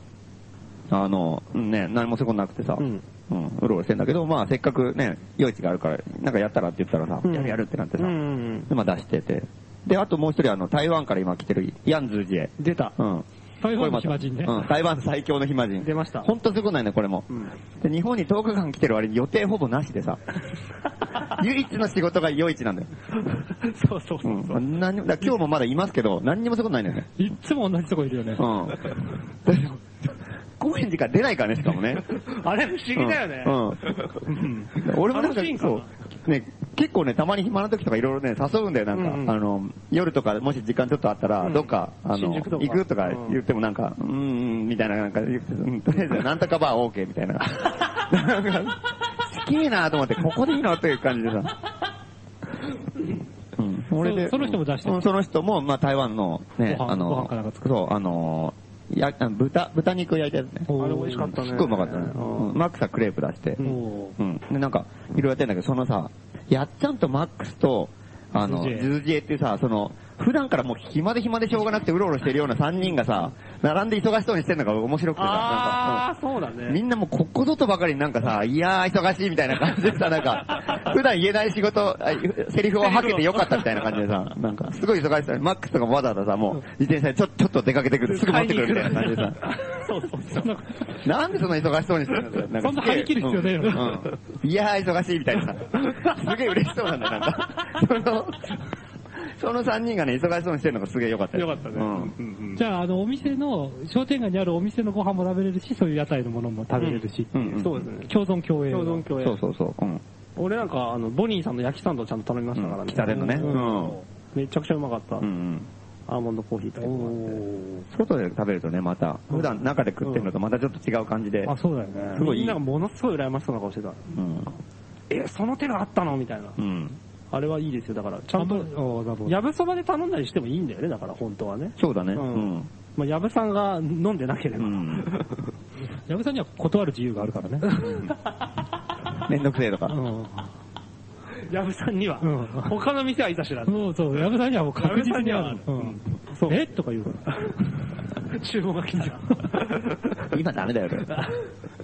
S4: あの、ね、何もそこなくてさ、
S6: うん
S4: うん、うろうろしてんだけど、まあせっかくね、夜市があるから、なんかやったらって言ったらさ、
S6: うん
S4: やるやるってなって
S6: う
S4: さ、
S6: ん。
S4: で、まあ出してて。で、あともう一人あの、台湾から今来てる、ヤンズージエ。
S6: 出た。
S4: うん。
S5: 台
S4: こ
S5: 湾
S4: れ
S5: の
S4: また
S5: 暇人ね。
S4: うん、台湾最強の暇人。
S6: 出ました
S4: ほんとすごいないね、これも。で、日本に10日間来てる割に予定ほぼなし でさ。唯一の仕事が夜市なんだよ。
S5: そうそう
S4: う
S5: そうそう。
S4: ん。何にもだから今日もまだいますけど、何にもそういうことないんだよね。
S5: いっつも同じとこいるよね
S4: う。ん。だ って高円寺から出ないからね、しかもね。
S6: あれ不思議だよね。
S4: うん。うん、 俺もなんか
S6: 楽しいん、かな
S4: そう。ね、結構ね、たまに暇な時とかいろいろね、誘うんだよ、なんか、
S6: うんうん
S4: あの、夜とか、もし時間ちょっとあったら、
S6: うん
S4: どっか、あの、
S6: 新宿とか
S4: 行くとか
S6: うん
S4: 言ってもなんか、うん、うん、みたいな、なんか言って、うん、とりあえず、なんとかバー OK みたいな。なんか、好きーなと思って、ここでいいのという感じでさ。うん、俺で
S5: そその人も出してる
S4: うんその人も、まあ、台湾の、ね、
S5: ご飯
S4: あの、
S5: ご飯かなんか作
S4: そう、あの、や、豚、豚肉焼いたやつね。
S5: おー
S6: あれ美味しかったね。
S4: すっごいうまかったね。うんマックスはクレープ出して。
S5: おー
S4: うん。で、なんか、いろいろやってんだけど、そのさ、やっちゃんとマックスと、あ
S5: ズ
S4: の、ズ
S5: ージェ
S4: ージエっていうさ、その、普段からもう暇で暇でしょうがなくてうろうろしてるような3人がさ、並んで忙しそうにしてるのが面白くてさ、なんか、
S6: あー、そうだ
S4: うんみ
S6: ね。
S4: んなもうここぞとばかりになんかさ、いやー忙しいみたいな感じでさ、なんか、普段言えない仕事、あセリフを吐けてよかったみたいな感じでさ、なんか、すごい忙しそうに、マックスとかもわざわざさ、もう、自転車でちょ、ちょっと出かけてくる、すぐ持ってくるみたいな感じでさ、
S5: そうそう。そんな
S4: なんでそんな忙しそうにしてるんだよ。なんか
S5: そんな張り切る必要ねえよ
S4: うんうんいやー、忙しいみたいな。すげえ嬉しそうなんだよ、なんか。その、その3人がね、忙しそうにしてるのがすげえ良かった
S6: よかったね。
S4: う。
S6: うんん
S5: じゃあ、あの、お店の、商店街にあるお店のご飯も食べれるし、そういう屋台のものも食べれるしっていう
S4: うんうん
S6: そうですね。
S5: 共存共栄。
S6: 共存共栄
S4: そう。そうそう。うん。
S6: 俺なんか、あの、ボニーさんの焼きサンドちゃんと頼みましたからね。
S4: うん北でのね
S6: うんめちゃくちゃうまかった
S4: うんう。ん。
S6: アーモンドコーヒーとかもあって。
S4: 外で食べるとね、また、普段中で食ってるのとまたちょっと違う感じで。
S5: あ、そうだよね。
S4: すごい
S6: みんながものすごい羨ましそうな顔してた。
S4: うん。
S6: え、その手があったのみたいな
S4: う。ん。
S6: あれはいいですよ。だから、ちゃん
S5: あ
S6: と、
S5: おーなるほど
S6: やぶそばで頼んだりしてもいいんだよね。だから、本当はね。
S4: そうだね。う
S6: うん
S4: ん。
S6: まあ、やぶさんが飲んでなけれ
S4: う
S6: ば。
S4: ん。
S5: 矢部さんには断る自由があるからね。
S4: めんどくせえとか。
S6: やぶさんには
S5: うん。
S6: 他の店はいたしらず。
S5: もうそう、矢部さんにはもう確実にあるう
S6: 矢部。さんにはある
S5: んそうえとか言うから。
S6: 注文が来た。
S4: 今ダメだよ、これ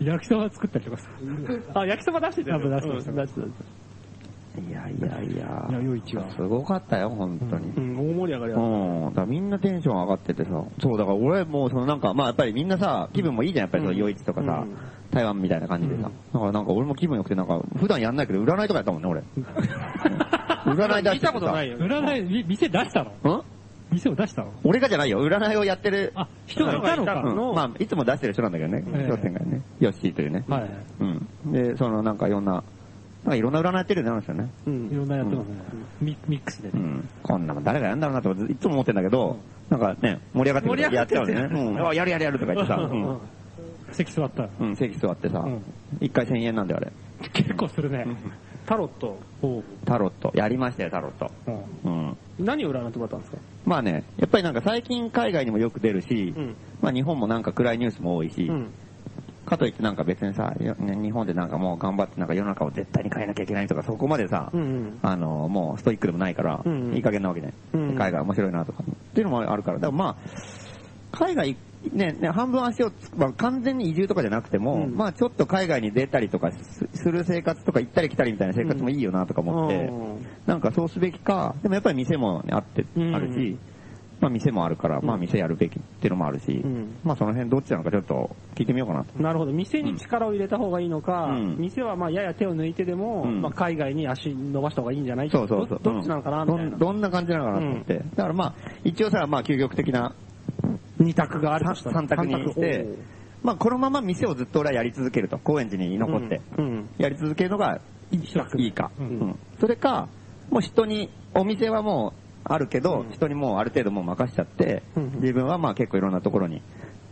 S5: 焼きそば作ったりとかさ。
S6: あ、焼きそば出してたよね。
S5: あ出してました
S6: うん出してた。
S4: いやいやいや
S5: いや夜市は
S4: すごかったよ、本当に。
S6: うん、大盛り上がりだった。
S4: うん。だからみんなテンション上がっててさ。そう、だから俺もうそのなんか、まあやっぱりみんなさ、気分もいいじゃん、やっぱりその
S6: うん
S4: 夜市とかさ、
S6: うん
S4: 台湾みたいな感じでさ。だからなんか俺も気分良くて、なんか普段やんないけど占いとかやったもんね、 俺。占い 出
S6: 見
S4: してさ
S6: たことないよね。
S5: 占い、み店出したの
S4: うん
S5: 店を出したの
S4: 俺がじゃないよ、占いをやってる。
S5: あ、人がいたの
S6: う
S5: か。
S4: うん
S6: の
S4: まあ、いつも出してる人なんだけどね、
S5: ええ
S4: 商店街ね。ヨッシーというね。
S5: はい。
S4: うん。で、そのなんかいろんな、なんかいろんな占いやってるようになるんですよね。
S6: う
S5: い
S6: ん。
S5: ろんなやつがね、ミミックスで
S4: う
S5: ね。
S4: ん。こんなもん誰がやんだろうなとかずいつも思ってんだけど、なんかね、盛り上がってくる
S6: 盛り上が
S4: や
S6: っ
S4: ってち
S6: く
S4: ゃ
S6: る
S4: うんだよね。うん。あ、やるやるやるとか言ってさ。うん
S5: 席座った。
S4: うん、席座ってさ
S5: うん、
S4: 一回1000円なんだよ、あれ。
S5: 結構するね。
S6: タロット。
S4: タロット。やりましたよ、タロット。
S5: うん
S4: うん。
S6: 何を占ってもらったんですか
S4: まあね、やっぱりなんか最近海外にもよく出るし
S6: うん、
S4: まあ日本もなんか暗いニュースも多いし
S6: う、ん。
S4: かといってなんか別にさ、よね日本でなんかもう頑張ってなんか世の中を絶対に変えなきゃいけないとか、そこまでさ
S6: う、ん。
S4: あの、もうストイックでもないから
S6: うんう、ん
S4: いい加減なわけじゃ
S6: う
S4: なんい。海外面白いなとか。っていうのもあるから。だからまあ、海外、ね、ね、半分足をつ、まあ、完全に移住とかじゃなくて
S6: う
S4: も、
S6: ん
S4: まあちょっと海外に出たりとかすする生活とか行ったり来たりみたいな生活もいいよなとか思って、
S6: うん
S4: なんかそうすべきか、でもやっぱり店もあって、
S6: うん
S4: あるし、まあ店もあるから、まあ店やるべきっていうのもあるし
S6: うん、
S4: まあその辺どっちなのかちょっと聞いてみようかなと。
S6: なるほど。店に力を入れた方がいいのか、
S4: うん
S6: 店はまあやや手を抜いてでも、
S4: うん
S6: まあ海外に足伸ばした方がいいんじゃない
S4: そうそうそう。
S6: どどっちなのかなみたい
S4: どん
S6: な。
S4: どんな感じなのかなと思って。だからまあ、一応さ、まあ究極的な
S6: 二択があるとしたら。
S4: 三択にして、まあこのまま店をずっと俺はやり続けると。高円寺に
S6: おー
S4: 残って。
S6: うん。うん
S4: やり続けるのがいいか。
S5: うん
S4: うんそれか、もう人に、お店はもうあるけど、
S6: うん
S4: 人にもうある程度もう任しちゃって、
S6: うん
S4: 自分はまあ結構いろんなところに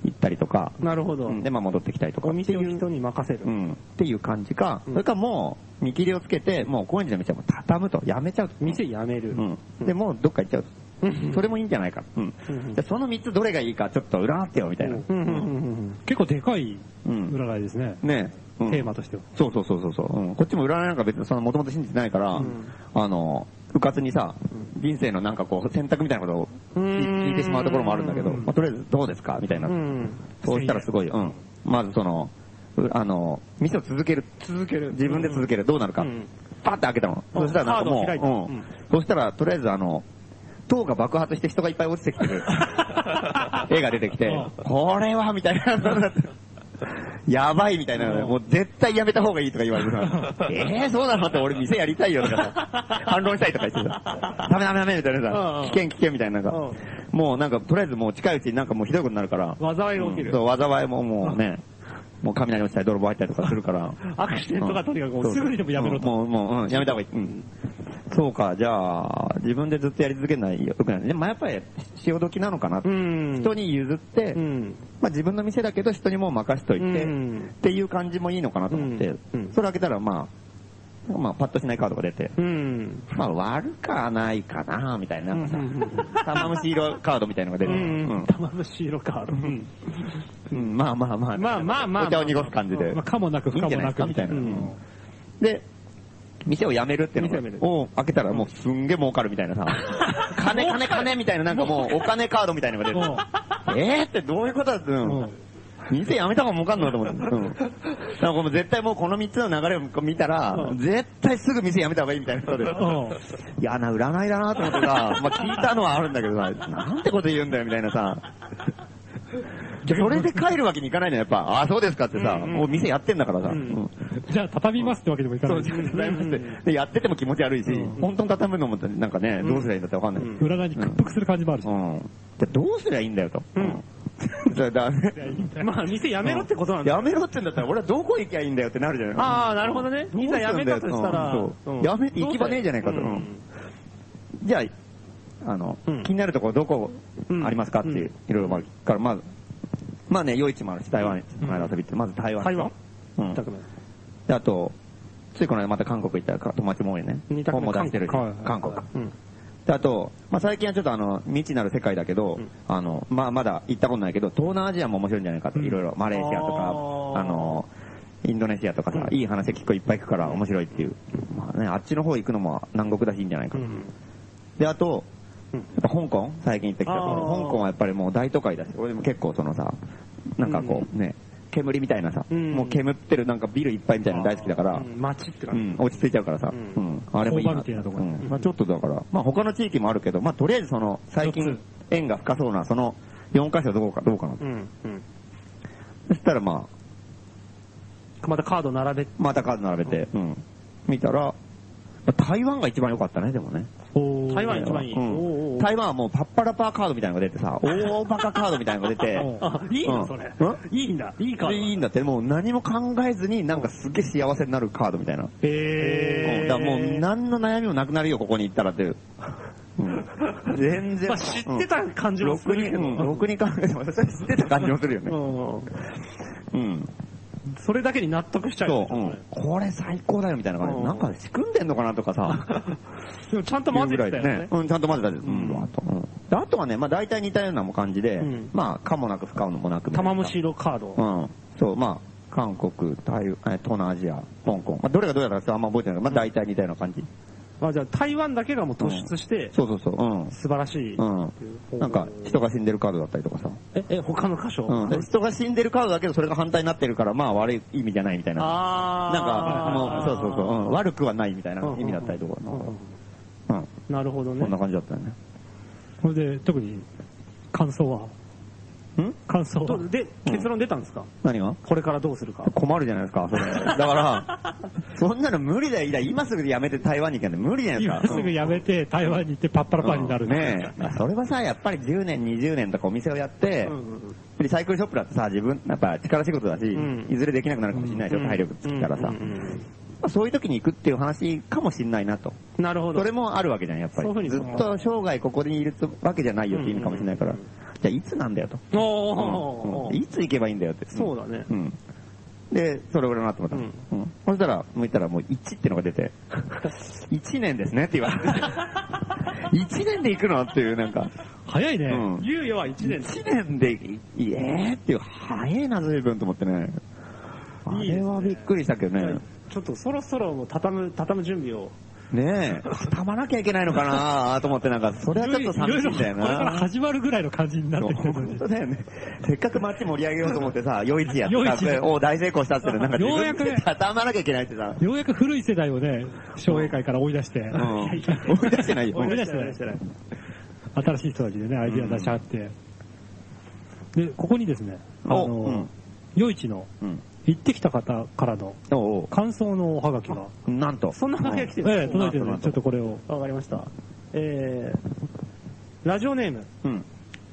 S4: 行ったりとか、
S6: なるほど。
S4: うんでまあ戻ってきたりとか
S6: お
S4: って
S6: 店を
S4: いう、
S6: 人に任せる。
S4: うん、っていう感じか、
S6: うん
S4: それかもう見切りをつけて、もう高円寺の店はもう畳むと、やめちゃうと。
S6: 店やめる。
S4: うん。
S6: うん
S4: で、もうどっか行っちゃうと。
S6: うん
S4: それもいいんじゃないか。うん。
S6: うん
S4: じゃあその3つどれがいいかちょっと占ってよ、みたいな。
S6: うんうんうん
S5: 結構でかい
S4: うん
S5: 占いですね。
S4: ねえ、うん
S5: テーマとしては。
S4: そうそうそうそうそう、うん。こっちも占いなんか別にその元々信じてないから、
S6: うん
S4: あの、うかつにさ、人生のなんかこう選択みたいなことを聞い聞いてしまうところもあるんだけど、まあ、とりあえずどうですかみたいな、
S6: うん。うん。
S4: そうしたらすごい、うん。まずその、うあの、店を続ける。
S6: 続ける。
S4: 自分で続ける。どうなるか。
S6: うん
S4: パッて開けたの。
S6: うん
S4: そしたらなんかも
S6: カードを開いた
S4: う、う
S6: うん
S4: ん。そしたらとりあえずあの、塔が爆発して人がいっぱい落ちてき てる絵が出てきて、これはみたいな。やばいみたいなのねもう絶対やめた方がいいとか言われてさ、えー、そうなのって俺店やりたいよとかさ、反論したいとか言ってさ、ダメダメダメみたいな
S6: うんうん
S4: さ、危険危険みたいななんか、もうなんかとりあえずもう近いうちになんかもうひどいことになるから、
S6: 災いが起きる。
S4: そう、災いももうね、 もう雷落ちたり泥棒入ったりとかす るから。
S6: アクシデントがとにかくもう
S4: そう
S6: すぐにでもやめろと。
S4: もう、もうもう、うん、やめた方がいい。うん。そうか、じゃあ、自分でずっとやり続けないよ。よくない。でもやっぱり、潮時なのかな。
S6: ん
S4: 人に譲って、
S6: うん。
S4: まあ自分の店だけど人にもう任しといて、
S6: うん
S4: っていう感じもいいのかなと思って、
S6: うんうん
S4: それ開けたらまあ、まあパッとしないカードが出て、
S6: うん。
S4: まあ悪かないかなみたいな、なんかさ
S6: うんうん
S4: 玉虫色カードみたいなのが出て、うん
S6: 玉虫色か。うん。
S4: うんまあまあまあ、
S6: まあまあまあ
S4: お茶を濁す感じで、
S5: まあ、かもなく
S4: い
S5: 不
S4: いん
S5: 可
S4: じゃ
S5: も
S4: な
S5: な
S4: いですか
S5: く
S4: みたいな。
S5: う
S4: うんんで、店を辞めるっていう
S6: 店を辞め
S4: の
S6: る
S4: を開けたらもうすんげえ儲かるみたいなさ、金金金みたいななんかもうお金カードみたいなのが出てる。えーってどういうことだって、うん店辞めた方が儲かんのと思って。うん。だからもう絶対もうこの3つの流れを見たら、絶対すぐ店辞めた方がいいみたいな人で。嫌な占いだなと思ってさ、まあ聞いたのはあるんだけどさ、なんてこと言うんだよみたいなさ。それで帰るわけにいかないのよ、やっぱ。ああ、そうですかってさ、もう店やってんだからさ。うん
S5: じゃあ、畳みますってわけにもいか
S4: そ
S5: な
S4: う、
S5: い。
S4: 自分で悩む って。で、やってても気持ち悪いし、本当に畳むのもなんかね、どうすりゃいいんだってわかんない。うん。
S5: 占いに屈服する感じもあるし。
S4: じゃあどうすりゃいいんだよと。うん。 だだ
S6: まあ、店やめろってことなんだ。
S4: やめろってんだったら俺はどこ行きゃいいんだよってなるじゃない
S6: ああ、なるほどね。
S4: どうすん
S6: 店
S4: だよ
S6: やめたとしたら
S4: うん、そう
S6: うん
S4: やめ行き場ねえじゃないかと
S6: うん
S4: じゃあ、あの、
S6: うん
S4: 気になるところどこありますかっていう、いろいろまあから、まず、まあね、夜市もあるし、台湾、この間遊び行って、まず台湾。
S6: 台湾
S4: うん。
S6: 二択目。
S4: であと、ついこの間また韓国行ったら友達も多いよね。
S6: 二択目
S4: 本も出してるし
S5: 韓国
S4: 韓国。
S6: うん。
S4: であと、まあ、最近はちょっとあの、未知なる世界だけど、あの、まあ、まだ行ったことないけど、東南アジアも面白いんじゃないかと、いろいろ、マレーシアとか、
S6: あー
S4: あの、インドネシアとかさ、いい話結構いっぱい行くから面白いっていう。まあね、あっちの方行くのも南国だしいいんじゃないか
S6: う
S4: と。
S6: ん。
S4: で、あと、やっぱ香港最近行ってきたけど
S6: あー
S4: 香港はやっぱりもう大都会だし、俺も結構そのさ、なんかこうね、煙みたいなさ、
S6: うん
S4: もう煙ってるなんかビルいっぱいみたいなの大好きだから、
S6: うん街って
S4: う
S6: 感
S4: ん、落ち着いちゃうからさ、
S6: う
S4: うん、あれもいいな
S5: 工場みたいなとこね
S4: うんまあちょっとだから、まあ他の地域もあるけど、まあとりあえずその、最
S5: 四
S4: 近
S5: つ
S4: 縁が深そうな、その4箇所どうか、どうかな
S6: じ。。うん。うん。
S4: そしたらまあ
S6: またカード並べて。
S4: またカード並べて、うん、見たら、まあ台湾が一番良かったね、でもね。
S6: 台湾一番いい。
S4: う
S6: おーお
S4: ん
S6: ー
S4: 台湾はもうパッパラパーカードみたいなのが出て さ、大バカカードみたいなのが出て、
S6: あ、いいのそれ
S4: うん。
S6: いいんだ。いいカード
S4: で
S6: だ。
S4: いいんだって、もう何も考えずになんかすげえ幸せになるカードみたいな。
S6: へ
S4: うん
S6: ー。
S4: だからもう何の悩みもなくなるよ、ここに行ったらっていう。 うん全然。
S6: まあ知ってた感じ
S4: ろ
S6: もす
S4: く
S6: る
S4: に、
S6: けど。
S4: うん、ろくに考えても、それ知ってた感じもするよね。
S6: うん
S4: うん。
S6: それだけに納得しちゃうよ
S4: そ
S6: ね。
S4: う、うん。これ最高だよみたいな感じ
S6: う
S4: で、
S6: ん
S4: なんか仕組んでんのかなと かさ、
S6: でもちゃんと混ぜてたよ
S4: いうぐらい
S6: ね。
S4: うん、ちゃんと混ぜたで
S6: ん
S4: うん、あと。うんであとはね、まあ大体似たようなも感じで
S6: うん、
S4: まあ、かもなく不可もなく。
S6: 玉虫。色カード。
S4: うん。そう、まあ、韓国、台、え東南アジア、香港。まあ、どれがどれだかあんま覚えてないけど、まあ大体似たような感じ。
S6: あ、じゃあ台湾だけがもう突出して、
S4: そうそうそう、うん。
S6: 素晴らしい。
S4: うん。なんか、人が死んでるカードだったりとかさ。
S6: え、え、他の箇所
S4: うん。で人が死んでるカードだけど、それが反対になってるから、まあ悪い意味じゃないみたいな。
S6: あー。
S4: なんか、もう、そうそうそう、うん、悪くはないみたいな
S6: うんうんうん
S4: 意味だったりとか、
S6: うんうん
S4: うん、
S6: なるほど
S4: こ
S6: ね
S4: んな。感じだったよね。
S5: それで、特に、感想は
S4: ん
S5: 感想は
S6: とで、結論出たんですか
S4: 何が
S6: これからどうするか。
S4: 困るじゃないですか、それ。だから、そんなの無理だよ、いや今すぐやめて台湾に行けない無理じゃないですか。
S5: 今すぐやめて、台湾に行ってパッパラパーになる。
S4: うんねえ。それはさ、やっぱり10年、20年とかお店をやって、リサイクルショップだってさ、自分、やっぱ力仕事だし、
S6: ん
S4: いずれできなくなるかもしれないでしょ、
S6: うん
S4: 体力つきたらさ。
S6: うんうんうん
S4: まあそういう時に行くっていう話かもしんないなと。
S6: なるほど。
S4: それもあるわけじゃん、やっ
S6: そ
S4: ぱ
S6: ういうふうに
S4: り。ずっと生涯ここにいるわけじゃないよって意味かもしれないから。
S6: う
S4: じ
S6: んうん
S4: ゃあ、いつなんだよと。
S6: おーおーお
S4: うん
S6: ー
S4: いつ行けばいいんだよって。
S6: そうだね
S4: う。ん。で、それ俺のなって思ったの、うんそしたら、向いたらもう1ってのが出 て、1年ですねって言わ れて。1年で行くのっていう、なんか。
S5: 早いうね。
S4: ん。
S6: 猶予は1年。
S4: 1年で、いいえーっていう、早いな、随分と思ってね。あれはびっくりしたけどね。
S6: ちょっとそろそろもう畳む、畳む準備を。
S4: ねえ、固まなきゃいけないのかなと思って、なんか、それはちょっと
S5: いろ
S4: 寂
S5: い
S4: しい
S5: ろ、
S4: ん
S5: こ
S4: だ
S5: れ
S4: よ
S5: から
S4: な。
S5: 始まるぐらいの感じになっ
S4: そ
S5: て
S4: う
S5: くるの
S4: 本
S5: に。
S4: 当だよね。 せっかく街盛り上げようと思ってさ、夜市やって
S5: 夜
S4: さ、
S5: 市
S4: これおう大成功したって言ったらなんか
S5: ようやくね
S4: 自分で畳まなきゃいけないって さ、
S5: ようやく古い世代をね、商栄会から追い出して。
S4: うん追い出してないよ。
S5: 追い出してない。
S3: 新しい人たちでね、アイディア出し合って。で、ここにですね、あ
S4: おうん
S3: の、夜市の
S4: うん。
S3: 行ってきた方からの
S4: おう
S3: 感想のおはがきが、
S4: おうなんと。
S6: そんなわけが来てる。
S3: ええ、届いてる
S4: なんとなん
S3: ので、
S4: と
S3: ちょっとこれを。
S6: わかりました。えー、ラジオネーム、
S4: うん。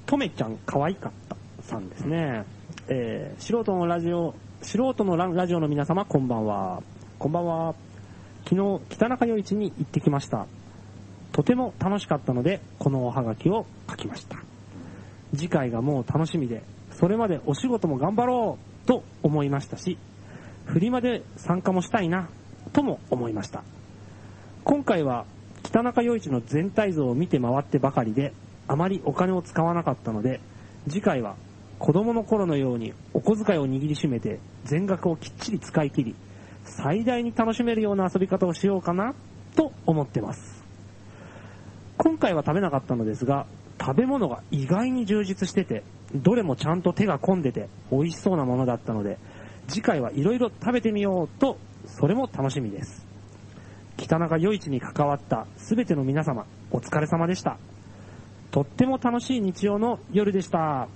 S6: とめちゃん可愛かったさんですね。えー、素人のラジオ、素人のララジオの皆様、こんばんは。こんばんは。昨日、北中夜市に行ってきました。とても楽しかったので、このおはがきを書きました。次回がもう楽しみで、それまでお仕事も頑張ろうと思いましたし、フリマで参加もしたいな、とも思いました。今回は北中陽一の全体像を見て回ってばかりであまりお金を使わなかったので次回は子供の頃のようにお小遣いを握りしめて全額をきっちり使い切り最大に楽しめるような遊び方をしようかなと思ってます今回は食べなかったのですが食べ物が意外に充実しててどれもちゃんと手が込んでて美味しそうなものだったので次回はいろいろ食べてみようとそれも楽しみです北中余市に関わったすべての皆様、お疲れ様でした。とっても楽しい日曜の夜でした。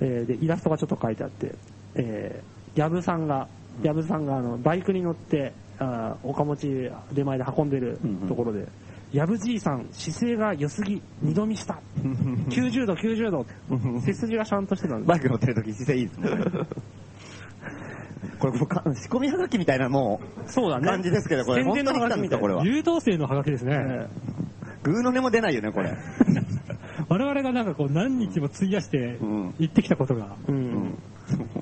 S6: えーで、イラストがちょっと書いてあって、えー、ヤブさんが、ヤブさんがあの、バイクに乗って、あーおかもち出前で運んでる
S4: うんうん
S6: ところで、ヤブじいさん、姿勢が良すぎ、二度見 した。90度、90度。背筋がちゃんとしてたんです
S4: バイク乗ってる時姿勢いいですね。 これもうか仕込みはがきみたいなも
S6: そうだ
S4: う感じですけど、これ
S6: 宣
S4: 本
S6: 伝
S4: 当
S6: の
S4: に来た
S6: 話
S4: んで
S6: み
S4: す
S6: たい
S4: よ、これは。
S3: 優等生のハガキです
S6: え
S3: ね。
S6: ー
S4: グーの音も出ないよね、これ。
S3: 我々がなんかこう何日も費やして
S4: うん
S3: 行ってきたことが、
S6: う
S4: うんん。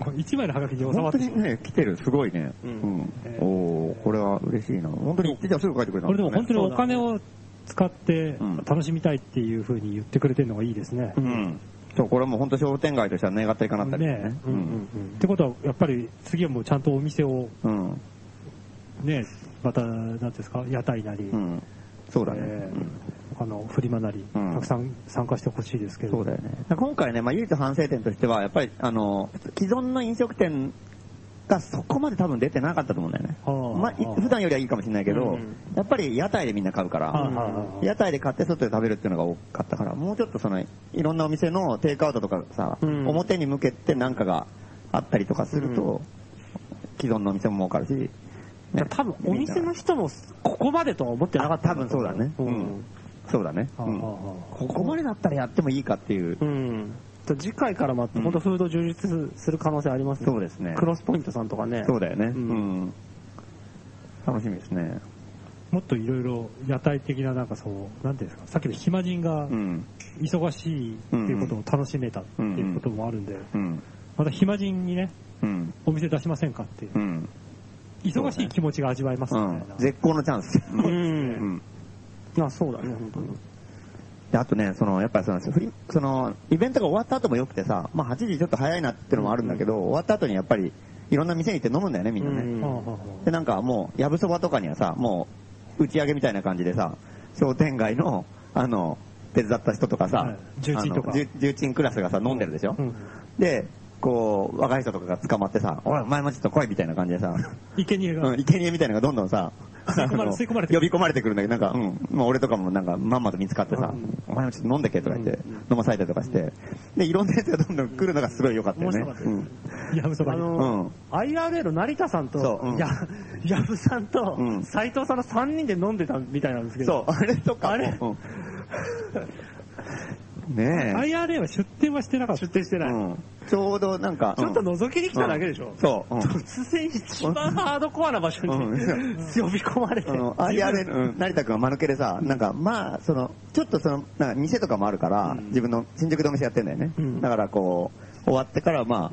S3: こう一枚のハガキに収ま
S4: 本
S3: っ
S4: 当
S3: てしまう
S4: にね、来てる、すごいね。う
S6: うん
S4: ん。おおこれは嬉しいな。本当に行ってたらすぐ書いてくれた
S3: これでも本当にお金を使って
S4: うん
S3: 楽しみたいっていう風に言ってくれてるのがいいですね。
S4: 当うん。そう、これはもう本当商店街としては願ったりかなったり
S3: ね
S6: う
S4: うん
S6: うん
S4: ん。
S6: うん
S3: ってことは、やっぱり次はもうちゃんとお店を
S4: うん。
S3: ね、また、なんていうんですか、屋台なり、
S4: うん。そうだね。
S3: えー
S4: うん
S3: 他のフリマなり、
S4: うん
S3: たくさん参加してほしいですけど。
S4: そうだよね。今回ね、まあ、唯一反省点としては、やっぱり、あの、既存の飲食店がそこまで多分出てなかったと思うんだよね。
S3: あー
S4: まあい
S3: あー
S4: 普段よりはいいかもしれないけ
S6: う
S4: ど
S6: ん、
S4: やっぱり屋台でみんな買うか
S3: はい
S4: ら、
S3: はいはい
S4: 屋台で買って外で食べるっていうのが多かったから、もうちょっとその、いろんなお店のテイクアウトとかさ、
S6: うん
S4: 表に向けてなんかがあったりとかすると、既存のお店も儲かるし、ね
S6: じゃあ多分お店の人もここまでとは思ってなかった
S4: あ多分そうだね
S6: うん
S4: うんそうだね。
S3: ああ
S4: うん
S3: あ
S4: ここまでだったらやってもいいかっていう
S6: う。ん。じゃあ次回からまた本当フード充実する可能性ありますね。
S4: そうですね。
S6: クロスポイントさんとかね。
S4: そうだよね。
S6: う
S4: うんん。楽しみですね。
S3: もっといろいろ屋台的な、なんかそう、なんていうんですか、さっきの暇人が
S4: うん。
S3: 忙しいっていうことを楽しめたっていうこともあるんで、
S4: うん。
S3: また暇人にね、
S4: うん。
S3: お店出しませんかってい
S4: う、
S3: う
S4: ん。
S3: 忙しい気持ちが味わえます
S4: う
S3: み
S4: ん
S3: たいな。
S4: 絶好のチャンス。
S6: う。
S4: うんん。
S6: まあそうだね、本当に。
S4: であとね、その、やっぱりその、フリその、イベントが終わった後もよくてさ、まあ8時ちょっと早いなってのもあるんだけど、終わった後にやっぱり、いろんな店に行って飲むんだよね、みんなね。
S6: うん
S3: はあはあは
S4: で、なんかもう、やぶそばとかにはさ、もう、打ち上げみたいな感じでさ、商店街の、あの、手伝った人とかさ、
S3: はい重鎮とか
S4: あの重重鎮クラスがさ、飲んでるでしょ、
S3: あうん
S4: で、こう、若い人とかが捕まってさ、おい、お前もちょっと来いみたいな感じでさ、
S3: 生贄が、
S4: うん、生贄みたいなのがどんどんさ、
S3: 吸い込まれ
S4: あの
S3: 吸い込まれて
S4: 呼び込まれてくるんだけど、なんか、うん、まあ俺とかもなんか、まんまと見つかってさ、お前もちょっと飲んでけとか言って、飲まされたりとかして、で、いろんなやつがどんどん来るのがすごい良かったよね。
S6: 面白かった
S4: う
S6: で
S4: ん
S3: やぶそば
S6: あ
S3: に。
S4: うん
S6: の、IRL 成田さんと
S4: そううん、
S6: や、やぶさんと
S4: う、ん
S6: 斎藤さんの3人で飲んでたみたいなんですけ
S4: そ
S6: ど。
S4: う、あれとかも。
S6: あれ
S4: うんねえ。
S3: IRA は出店はしてなかった
S6: 出。店してない。
S4: うんちょうどなんか、
S6: ちょっと
S4: うん
S6: 覗きに来ただけでしょ。
S4: そう。うん
S6: 突然一番ハードコアな場所に
S4: うん
S6: 呼び込まれて
S4: あ。の、IRL、うん 成田君が間抜けでさ、なんか、まあ、その、ちょっとその、なんか店とかもあるから、自分の新宿でお店やってんだよね。
S6: うん
S4: だからこう、終わってからまあ、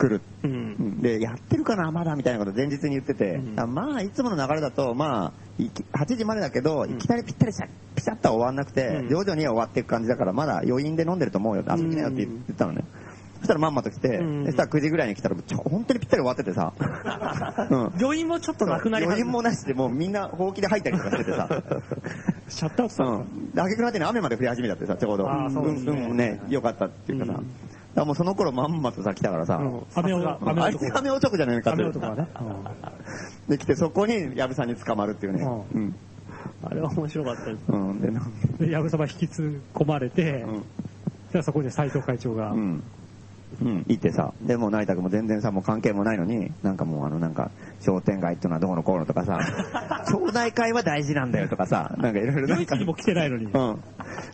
S4: 来る。
S6: うん
S4: うんで、やってるかな、まだみたいなこと前日に言ってて、
S6: うん
S4: あまあ、いつもの流れだと、まあ、いき8時までだけど、いきなりぴったりシャッピシャッとは終わんなくて、
S6: うん
S4: 徐々には終わっていく感じだから、まだ余韻で飲んでると思うよ、遊びなよって言ったのね。そしたらまんまと来て、
S6: うん
S4: そしたら9時ぐらいに来たら、ちょ本当にぴったり終わっててさ、 うん、
S6: 余韻もちょっとなくなり
S4: 余
S6: 始
S4: 韻
S6: め
S4: もなしで、もうみんなほうきで吐いたりとかしててさ、
S3: シャットアウトさ
S4: う
S3: れた
S4: ん。で、挙句の果てに雨まで降り始めちゃってさ、ちょうど。
S6: あーそうですね
S4: んうんね、良かったっていうかさ。
S6: うん
S4: だからもうその頃まんまとさ、来たからさ、
S6: うん
S3: 雨
S6: さ
S3: を、
S4: うん
S3: 雨
S4: あいつ
S3: 男が。
S4: 雨男じゃないのかって
S3: 雨男がね。う
S4: で、
S3: ん
S4: 来てそこに矢部さんに捕まるっていうね。
S6: う
S4: うん。
S6: あれは面白かったで
S4: うん、で、なん
S6: す。で、やぶさば引きつ込まれて、じゃあそこで斎藤会長が、
S4: うん。うん、行ってさ、でもう成田君も全然さ、もう関係もないのに、なんかもうあのなんか、商店街っていうのはどうのこうのと かさ、町内会は大事なんだよとかさ、なんかいろいろなん
S6: 夜市
S4: か、
S6: にも来てないのに
S4: う、ん。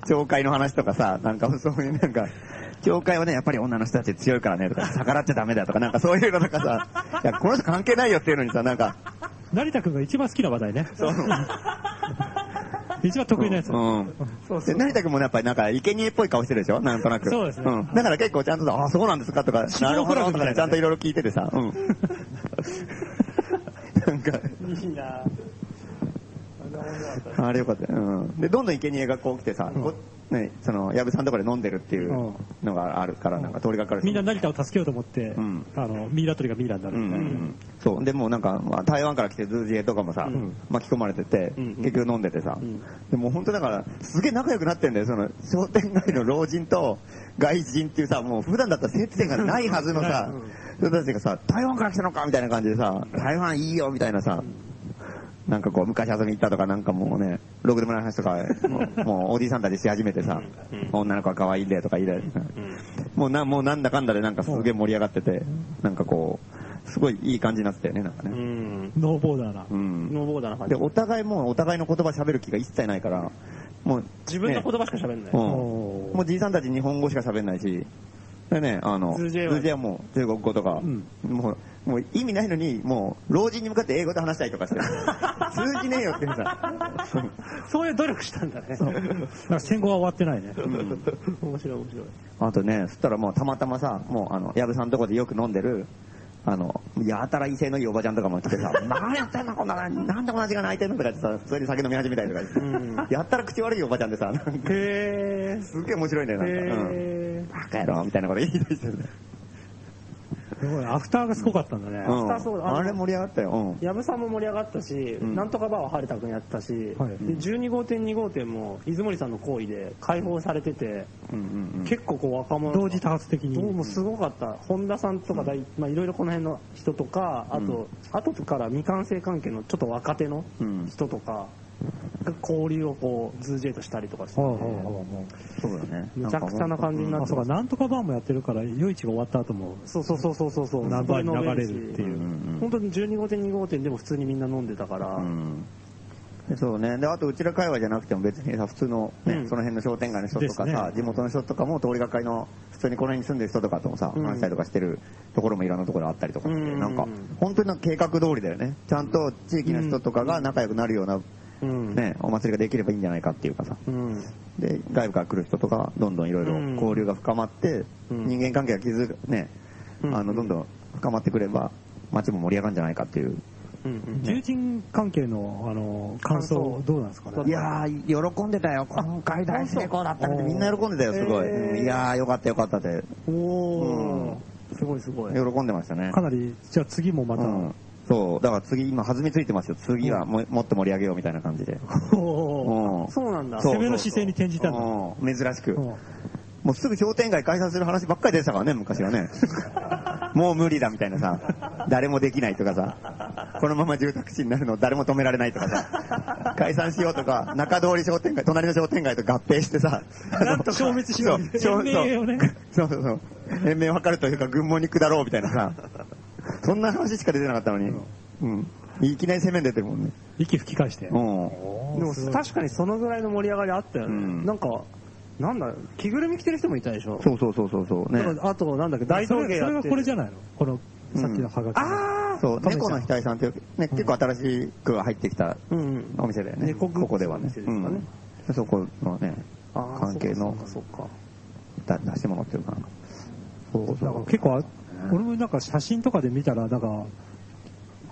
S4: 町会の話とかさ、なんかそういうなんか、教会はね、やっぱり女の人たち強いからねとか、逆らっちゃダメだとか、なんかそういうのとかさ、いや、この人関係ないよっていうのにさ、なんか、
S6: 成田くんが一番好きな話題ね。
S4: そう。
S6: 一番得意なやつ。
S4: うん。で、成田君もねやっぱりなんか、生贄っぽい顔してるでしょなんとなく。
S6: そうですね
S4: ん。だから結構ちゃんとさ、あ、そうなんですかとか、なるほどとかね、ちゃんといろいろ聞いててさ、うん。なんか、
S6: いいな
S4: あれよかった。うん。で、どんどん生贄がこう来てさ、こね、その、矢部さんとこで飲んでるっていうのがあるから、なんか通りがかる人
S6: みんな成田を助けようと思って
S4: ん、
S6: あの、ミイラ取りがミイラにな
S4: う
S6: るみ
S4: んう
S6: たいな。
S4: んそう。でもうなんか、まあ台湾から来てるズージエとかもさ、巻き込まれてて、
S6: うん
S4: 結局飲んでてさ、
S6: ん
S4: でもう本当だから、すげえ仲良くなってんだよ、その、商店街の老人と外人っていうさ、もう普段だったら接点がないはずのさ、人たちがさ、台湾から来たのかみたいな感じでさ、台湾いいよみたいなさ、なんかこう、昔遊びに行ったとか、なんかもうね、ろくでもない話とか、もうもうおじいさんたちし始めてさ、女の子は可愛いんでとか言い出してさもうな、もうなんだかんだでなんかすげえ盛り上がってて、なんかこう、すごいいい感じになってたよね、なんかね。
S6: ノーボーダーな。
S4: うん。
S6: ノーボーダーな感
S4: で、。お互いもうお互いの言葉喋る気が一切ないから、もう、
S6: 自分の言葉しか喋んない。
S4: うん
S6: おー
S4: もうじいさんたち日本語しか喋んないし、でね、あの、
S6: ズージェは
S4: ズージェはもう中国語とか、もう、もう意味ないのに、もう、老人に向かって英語で話したりとかして る、通じねえよっていうさ、
S6: そういう努力したんだね。
S5: なんか戦後は終わってないね。
S6: 面白い面白い。
S4: あとね、そしたらもうたまたまさ、もうあの、矢部さんのとこでよく飲んでる、あの、やたら威勢のいいおばちゃんとかも来て さ、何やってんのこんなな、なんでこんな時間泣いてんのとか言ってさ、それで酒飲み始めたりとか言って、やったら口悪いおばちゃんでさ、なんか
S6: へー。
S4: すげえ面白いんだよ、なんか。うん
S6: へ
S4: バカ野郎みたいなこと言い出してる。
S5: すごい、アフターがすごかったんだね。
S4: う
S6: ターソード
S4: ん。
S6: あの
S4: あれ盛り上がったよ。うん。
S6: ー。やぶさんも盛り上がったし、
S4: ん
S6: なんとかバーは晴れたくんやったし、
S5: はい
S6: で12号店2号店も出森さんの行為で解放されてて、
S4: うんうん
S6: 結構こう若者が
S5: 同時多発的に。
S6: どうもすごかった。本田さんとかだい、まあいろいろこの辺の人とか、あと、後から未完成関係のちょっと若手の
S4: うん
S6: 人とか、が交流をこう、ズージェイとしたりとかしてて、
S5: はいはいはいはい
S4: うん。そうだね。
S6: むちゃくちゃな感じにな
S5: あ、
S6: って
S5: そうか、
S6: ます
S5: なんとかバーもやってるから、夜市が終わった後も、
S6: そうそうそうそうそうそう。
S5: ナンバーに流れるって
S4: う
S5: い
S4: ん
S5: う。
S4: うんうん
S6: 本当に12号店2号店でも普通にみんな飲んでたから、
S4: うんでそうね。で、あと、うちら界隈じゃなくても別にさ、普通のね、
S6: うん
S4: その辺の商店街の人とか
S5: で
S4: さ、
S5: すね
S4: 地元の人とかも通りがかりの、普通にこの辺に住んでる人とかともさ、
S6: うん
S4: 話したりとかしてるところもいろんなところあったりとかして、
S6: うん
S4: なんか、本当になんか計画通りだよね。ちゃんと地域の人とかが仲良くなるような、
S6: うん
S4: ね、お祭りができればいいんじゃないかっていうかさ。
S6: うん
S4: で、外部から来る人とか、どんどんいろいろ
S6: うん
S4: 交流が深まって、
S6: うん
S4: 人間関係が築く、ね、
S6: うん
S4: あの、どんどん深まってくれば、街も盛り上がるんじゃないかっていう。
S6: うん
S5: 重鎮関係の、あの、感想
S6: 感想、
S5: どうなんですかね。
S4: いやー、喜んでたよ。今回大成功だったねってみんな喜んでたよ、すごい。
S6: へー
S4: うんいやー、よかったよかったって。
S6: うん、おー、すごいすごい。
S4: 喜んでましたね
S5: か。なり、じゃあ次もまた
S4: う、ん。そう、だから次今弾みついてますよ。次はももっと盛り上げようみたいな感じで。
S6: お
S4: う
S6: ー
S4: ん
S6: そうなんだ。
S4: そう
S5: 攻めの姿勢に転じたんだ。
S4: うん珍しく。
S5: うん
S4: もうすぐ商店街解散する話ばっかりでしたからね、昔はね。 もう無理だみたいなさ、誰もできないとかさ、このまま住宅地になるの誰も止められないとかさ、解散しようとか、中通り商店街、隣の商店街と合併してさ、
S5: なんとか消滅しよう
S4: そうそう
S5: 延命をね
S4: そうそうそう。延命を図るというか、軍門に下ろうみたいなさ、そんな話しか出てなかったのに、うん。いきなり攻めに出てるもんね。
S5: 息吹き返して
S4: う。ん。
S6: でも確かにそのぐらいの盛り上がりあったよね。
S4: うん
S6: なんか、なんだ、着ぐるみ着てる人もいたでしょ。
S4: そうそうそうそうそう。ね
S6: だ。からあと、なんだっけ、大
S5: そ
S6: 道
S5: れ
S6: 芸
S5: そ
S6: や
S5: れ
S6: っ
S5: が
S6: て
S5: これじ
S6: る。
S5: ゃないのこの、さっきのハガキ。
S6: あー
S4: そう、
S5: 亀さん
S4: 猫の額さんっていう、ね、結構新しく入ってきた
S6: うん。
S4: お店だよね。
S6: 猫グッズ
S4: ここではね。
S6: のお店です
S4: うんそこのね、
S6: あー
S4: 関係の
S6: そうか、そうか
S4: だ出してもらってるかな。そうそ
S5: なんか
S4: う。
S5: 結構あ、俺もなんか写真とかで見たら、なんか、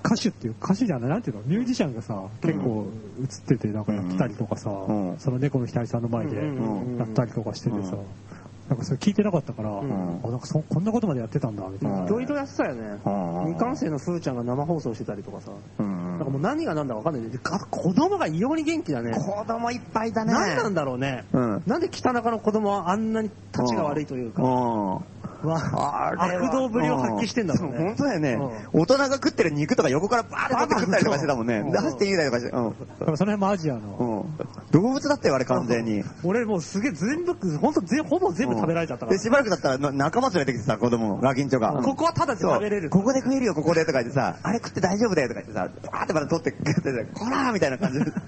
S5: 歌手っていう、歌手じゃない、なんていうの、ミュージシャンがさ、結構映ってて、なんかやってたりとかさ、
S4: うん
S5: その猫のひたりさんの前で
S6: うん
S4: うんうん
S6: うん
S5: やったりとかしててさ、
S4: うん
S5: なんかそれ聞いてなかったから、
S6: ん
S5: あ、なんかそこんなことまでやってたんだ、みたいな。
S4: うん
S6: そうか。いろいろやってたよね
S4: うん。
S6: 未完成のふーちゃんが生放送してたりとかさ。
S4: うん
S6: なんかもう何が何だか分かんないね。でか子供が異様に元気だね。
S4: 子供いっぱいだね。
S6: 何なんだろうね。
S4: うん
S6: なんで北中の子供はあんなに立ちが悪いというか、
S4: うん。
S6: わ、
S4: あれは
S6: 悪道ぶりを発揮してんだろうね
S4: そう本当だよね。大人が食ってる肉とか横からバーって取って食ったりとかしてたもんね。
S3: うん
S4: 出していいだとかして。うん。
S3: だからその辺もアジアの。
S4: うん。動物だったよ、あれ完全に。
S6: 俺もうすげえ全部、ほんと全、ほぼ全部食べられちゃったか
S4: で、しばらくだったらな仲間連れてきてさ、子供の、ガキンチョが。
S6: ら。ここはただで
S4: そう
S6: 食べれる。
S4: ここで食えるよ、ここでとか言ってさ、あれ食って大丈夫だよとか言ってさ、バーってまた取って食ってて、こらーみたいな感じで。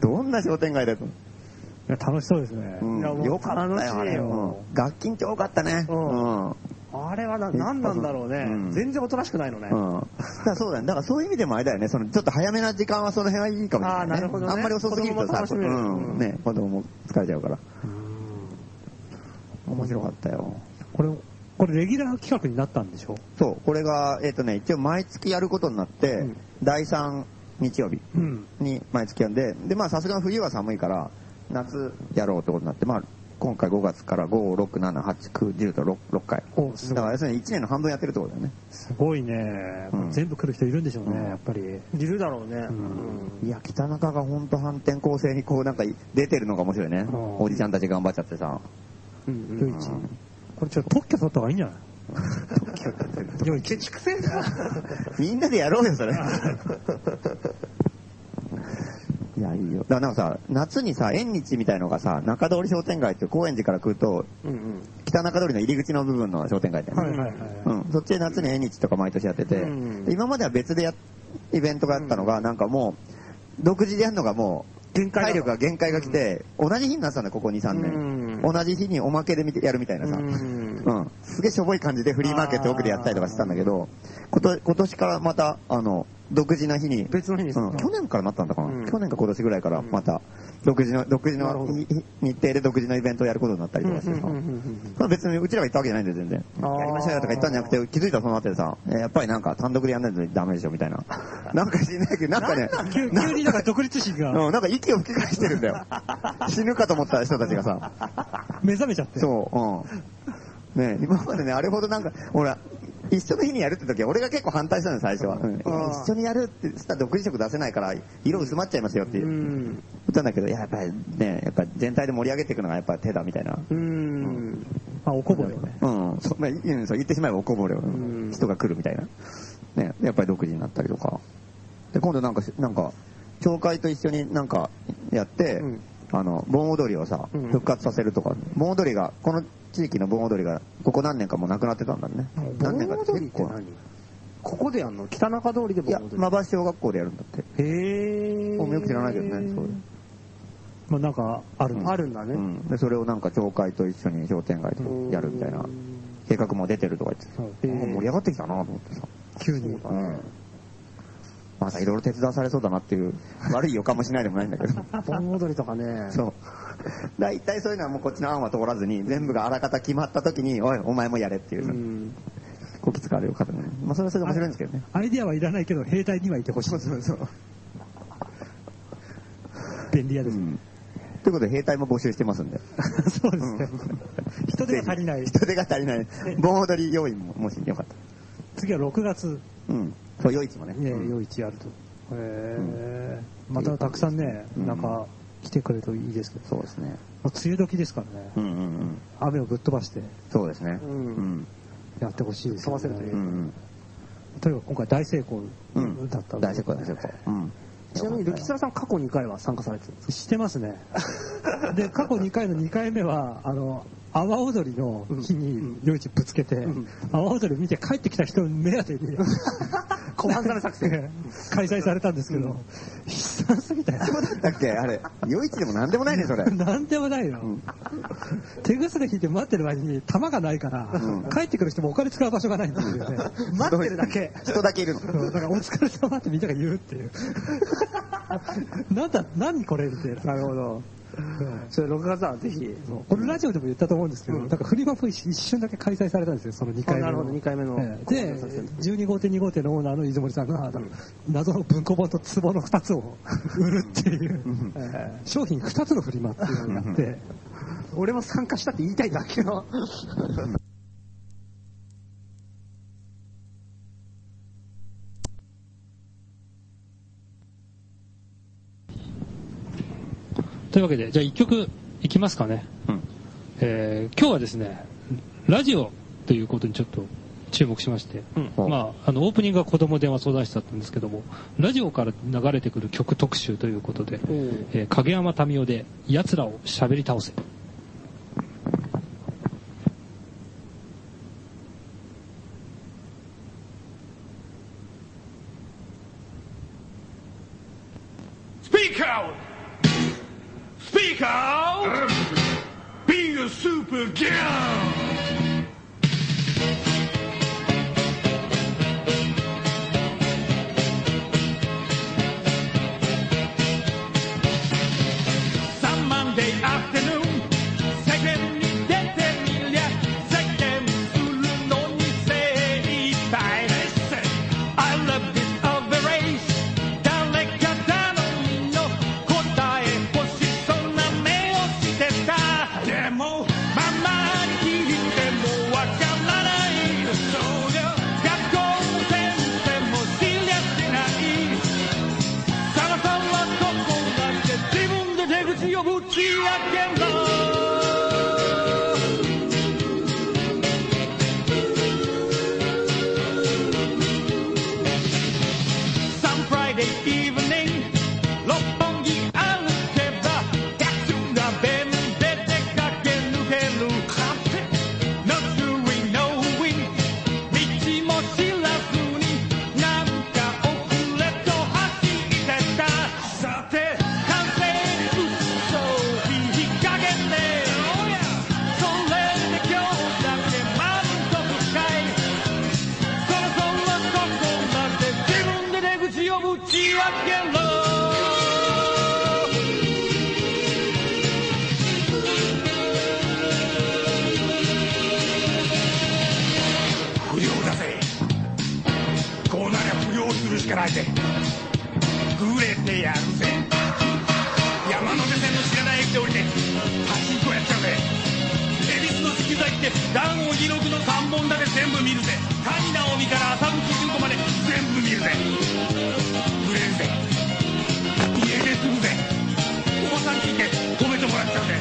S4: どんな商店街だよと。
S3: いや楽しそうですね
S4: う。ん
S6: いやもう
S4: よかったよ、あ
S6: 楽しい
S4: れ。
S6: よ
S4: うん楽器んちょよかったね。
S6: う
S4: うんん。
S6: あれはな、なんなんだろうね
S4: う。ん
S6: 全然おとなしくないのね。
S4: うん。だからそうだね。だからそういう意味でもあれだよね。その、ちょっと早めな時間はその辺はいいかもしれない、ね。
S6: あーなるほどね
S4: あんまり遅すぎるとさ、
S6: 子供も楽しめる
S4: うん。ね、子供も疲れちゃうから。面白かったよ。
S3: これ、これレギュラー企画になったんでしょ
S4: そう、これが、えっ、とね、一応毎月やることになって、第3日曜日に毎月やんで、で、まあさすがに冬は寒いから、夏やろうってことになって、まあ、今回5月から5、6、7、8、9、10と 6, 6回。
S3: お、す
S4: だか
S3: ごい。
S4: ら要するに1年の半分やってるってことだよね。
S3: すごいね。
S4: うん
S3: 全部来る人いるんでしょうね、
S4: うん
S3: やっぱり。
S6: いるだろうね。うん
S4: いや、北中が本当反転攻勢にこうなんか出てるのが面白いね。
S3: うん
S4: おじちゃんたち頑張っちゃってさ。
S6: うん
S3: 夜市。これちょっと特許取った方がいいんじゃない夜市。
S4: みんなでやろう よ、それ。いや、いいよ。だからなんかさ、夏にさ、縁日みたいのがさ、中通り商店街っていう高円寺から来ると、
S6: うんうん。
S4: 北中通りの入り口の部分の商店街だよね。
S3: はいはいはい。
S4: うん、そっちで夏に縁日とか毎年やってて、
S6: うん
S4: 今までは別でやイベントがあったのが、なんかもう、独自でやるのがもう、
S6: 限界だ
S4: 体力が限界が来て、同じ日になってたんだよ、ここ2、3年。
S6: う
S4: 同じ日におまけで見てやるみたいなさ。
S6: うん
S4: うん、すげえしょぼい感じでフリーマーケット奥でやったりとかしてたんだけど、こと今年からまた、あの、独自な日に、
S6: 別の日にする
S4: うん去年からなったんだかな、
S6: うん
S4: 去年か今年ぐらいからまた、独自の、独自
S6: なるほ
S4: の
S6: ど
S4: 日日程で独自のイベントをやることになったりとかしてさ、
S6: うんうんうんうん
S4: まあ別にうちらが言ったわけじゃないんだよ、全然。
S6: あー
S4: やりましょうよとか言ったんじゃなくて、気づいたらその後でさ、えーやっぱりなんか単独でやんないとダメでしょ、みた いな。なんか知んないけど、なんかね、
S3: 急急になんか独立心が
S4: うん、なんか息を吹き返してるんだよ。死ぬかと思った人たちがさ。
S3: 目覚めちゃって。
S4: そう、うん。ね今までね、あれほどなんか、ほら、一緒の日にやるって時は、俺が結構反対したのよ、最初は。うん
S6: あー
S4: 一緒にやるってしたら独自色出せないから、色薄まっちゃいますよって
S6: う
S4: 言
S6: ん。
S4: ったんだけど、いややっぱりね、やっぱ全体で盛り上げていくのがやっぱ手だみたいな。
S6: うん。
S3: あ、おこぼれをね。
S4: うん、そう、まあ、いうんそう言ってしまえばおこぼれを、
S6: ん
S4: 人が来るみたいな。ね、やっぱり独自になったりとか。で、今度なんかし、なんか、教会と一緒になんかやって、
S6: うん
S4: あの、盆踊りをさ、
S6: うん
S4: 復活させるとか、盆踊りが、この地域の盆踊りが、ここ何年かもうなくなってたんだね。何年か
S6: 盆踊りって
S4: 結構
S6: 何ここでやんの北中通りで
S4: いや
S6: 盆、踊
S4: 馬場小学校でやるんだって。
S6: り。へ
S4: もうよく知らないけどね、そう
S3: まあなんか、ある
S6: あるんだ
S4: う
S6: ね。
S4: ん。で、それをなんか教会と一緒に商店街でやるみたいな計画も出てるとか言ってさ、
S6: へー
S4: なんか盛り上がってきたなと思ってさ。
S3: 急に。
S4: うん。まあ、いろいろ手伝わされそうだなっていう、 悪い予感もしないでもないんだけ ど。
S6: 盆踊りとかね。
S4: そう。大体そういうのはもうこっちの案は通らずに、全部があらかた決まった時に、おい、お前もやれっていうう、
S6: ん。
S4: こき使われる方ね。まあ、それはそれで面白いんですけどね。
S3: アイディアはいらないけど、兵隊にはいてほしい。そうそうそう。便利屋です
S4: う
S3: ね。
S4: ん。ということで、兵隊も募集してますんで。
S3: そうですね。人手が足りない。
S4: 人手が足り ない。盆踊り要員も、もしよかった
S3: 次は6月、
S4: ら。うん。そう、夜市もね。
S3: ね、夜市やると。へーまたたくさんね、
S4: うん
S3: なんか、来てくれるといいですけど、
S4: そうですね。
S3: もう梅雨時ですからね
S4: う、んうんうん。
S3: 雨をぶっ飛ばして
S4: そうですね。
S6: う
S4: うんん。
S3: やってほしいですよね
S6: 飛ばせるとい
S4: うんうん。
S3: とにかく今回大成功
S4: うん
S3: だったんで
S4: 大成功、大成功。うん。
S6: ちなみに、ルキスラさん過去2回は参加されてるんですか
S3: してますね。で、過去2回の2回目は、あの、阿波踊りの日に夜市ぶつけて、阿波踊り見て帰ってきた人目当てに、
S6: 小判され作戦。
S3: 開催されたんですけど、悲惨すぎたよ。
S4: そうだったっけあれ。夜市でも何でもないね、それ。
S3: なんでもないよ。
S4: ん
S3: 手ぐすで引いて待ってる間に弾がないから、
S4: うん
S3: 帰ってくる人もお金使う場所がないんですよね。待ってるだけ。
S4: 人だけいるの。
S3: うんだからお疲れ様ってみんなが言うっていう。なんだ、何これみたいな。
S6: なるほど。それ6月はぜひ。
S3: このラジオでも言ったと思うんですけど、なんかフリマプ一瞬だけ開催されたんですよ、その2回目の。
S6: あなるほど二回目の
S3: ええで、12号店2号店のオーナーの出森さんが、謎の文庫本と壺の2つを売るっていう、ええ商品2つのフリマっていうのをやって、
S6: 俺も参加したって言いたいだけの。
S7: というわけで、じゃあ一曲いきますかね。
S4: うん
S7: えー今日はですね、
S3: ラジオということにちょっと注目しまして、
S4: うん
S3: まあ、あの、オープニングは子供電話相談室だったんですけども、ラジオから流れてくる曲特集ということで、えー影山民夫で、奴らを喋り倒せ。
S8: Speak out! Speak out! Be a super girl! サンマンデーアフテヌーン世間に出てみりゃ世間するのに精一杯です I love this of the race 誰か頼みの答え欲しそうな目をしてたでもママに聞いてもわからないそうよ学校先生も知り合ってない「さらさんはどこだって自分で出口をぶち開けろ」「サンフライデーイブニング」「六本木歩けば」「タクシーが便で出かけ抜ける」「ハッピーノッツウィノウィン」道も知らずになんか遅れと走ってたさて完成にうっそう日陰で Oh, それで今日だけ満足かいそろそろここまで自分で出口をぶち開けろ
S9: 不良だぜこうなりゃ不良するしかないぜグレてやるぜ山手線の知らない駅で降りてパチンコやっちゃうぜ恵比寿の石材って団を記録の三本立て全部見るぜ神田帯から浅口純子まで全部見るぜ売れるぜ家出するぜおばさん聞いて止めてもらっちゃうぜ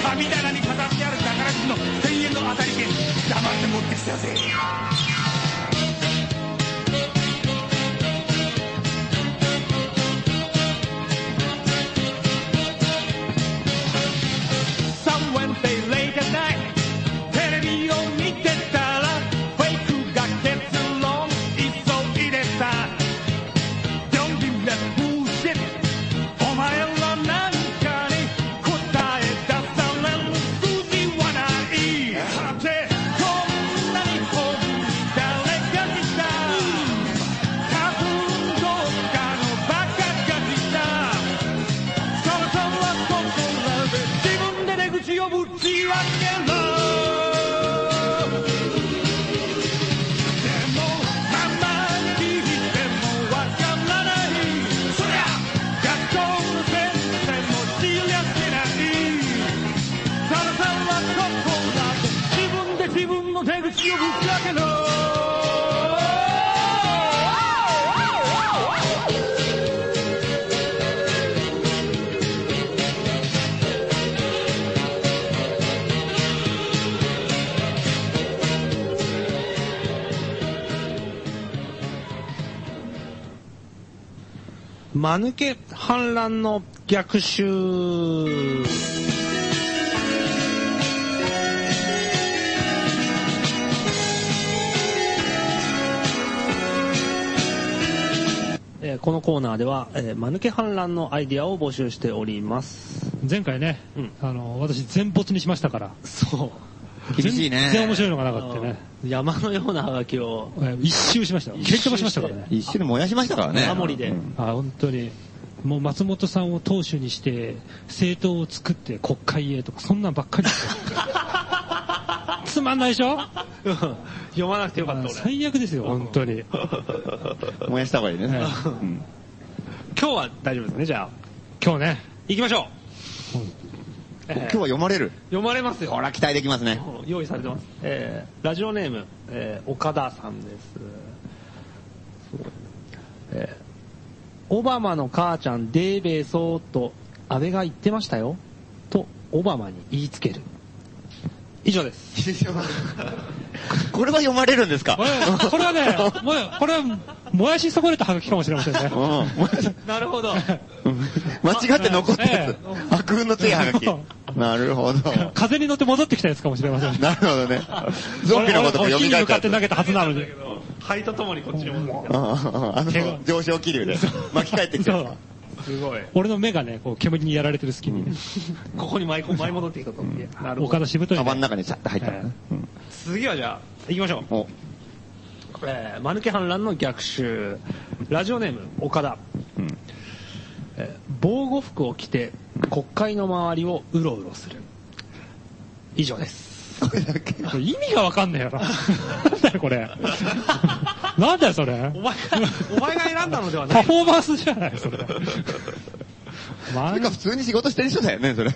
S9: 神棚に飾ってある宝くじの1000円の当たり券黙って持ってきちゃうぜ
S8: さんわんてレイだないテレビを見てたらフェイクが結論急いでた Don't give that bullshit お前らなんかに答え出される筋はないさてこんなにホームに誰が来た花粉どっかのバカが来たそろそろここまで自分で出口をぶち開けろでもまんま聞いてもわからないそりゃ学校の先生も知りゃしないそろそろここまで自分で自分の出口をぶち開けろ
S6: 間抜け反乱の逆襲えーこのコーナーでは、えー、間抜け反乱のアイディアを募集しております。
S3: 前回ね、
S6: うん
S3: あの、私全没にしましたから、
S6: そう。
S4: 厳しいね
S3: 全然面白いのがなかったね。
S6: 山のようなハガキを、
S3: えー一周しました。蹴っ飛ばしましたからね。
S4: 一瞬燃やしましたからね。
S6: 青森で
S4: うん
S3: あ本当にもう松本さんを党首にして政党を作って国会へとかそんなんばっかりだよつまんないでしょ
S6: うん読まなくてよかった俺。
S3: 最悪ですよ本当に
S4: 燃やした方がいいね。うん
S6: 今日は大丈夫ですね、じゃあ。
S3: 今日ね
S6: 行きましょう。え
S4: 今
S6: ー
S4: 日は読まれる。
S6: 読まれますよ。
S4: ほら、期待できます ね。
S6: 用意されてます。えー、ラジオネーム、えー、岡田さんです。えー、オバマの母ちゃんデーベーソーと安倍が言ってましたよ。と、オバマに言いつける。
S3: 以上です。
S4: これは読まれるんですか
S3: これこれはね、もうこれは、もやし損ねたはがきかもしれませんね。
S4: うん
S6: なるほど。
S4: 間違って残ったやつ
S3: ええ。
S4: 悪運のついはがき
S3: そ。
S4: なるほど。
S3: 風に乗って戻ってきたやつかもしれません。
S4: なるほ どね。ゾンビのことも
S3: 俺
S4: 蘇
S3: 俺
S4: っ
S3: 火に
S4: た
S3: 向か
S4: やつ。
S3: っ
S4: う
S3: て
S4: んうん
S3: 投げたはずなのに。
S6: 肺とともにこっちに戻ってき
S4: あの、上昇気流で巻き返ってき
S3: そ
S4: た
S3: う。。
S6: た。すごい。
S3: 俺の目がね、こう煙にやられてる隙にね、
S6: ここに舞い 込舞い戻ってきたと思って。なるほ
S3: 岡
S6: ど。
S3: 田しぶといね、
S4: カバンの中にシャッと入ったのね。うん
S6: 次はじゃあ、行きましょう。
S4: お、
S6: えー、間抜け反乱の逆襲。ラジオネーム、岡田。
S4: うん
S6: えー防護服を着て、国会の周りをうろうろする。以上です。
S4: これだけ。
S3: これ意味がわかんねえよな。なんだよこれ。なんだよそれ
S6: お。前が、 お前が選んだのではな
S3: パ
S6: い。
S3: フォーマンスじゃないそれ。ま
S4: なんか普通に仕事してる人だよね、それ。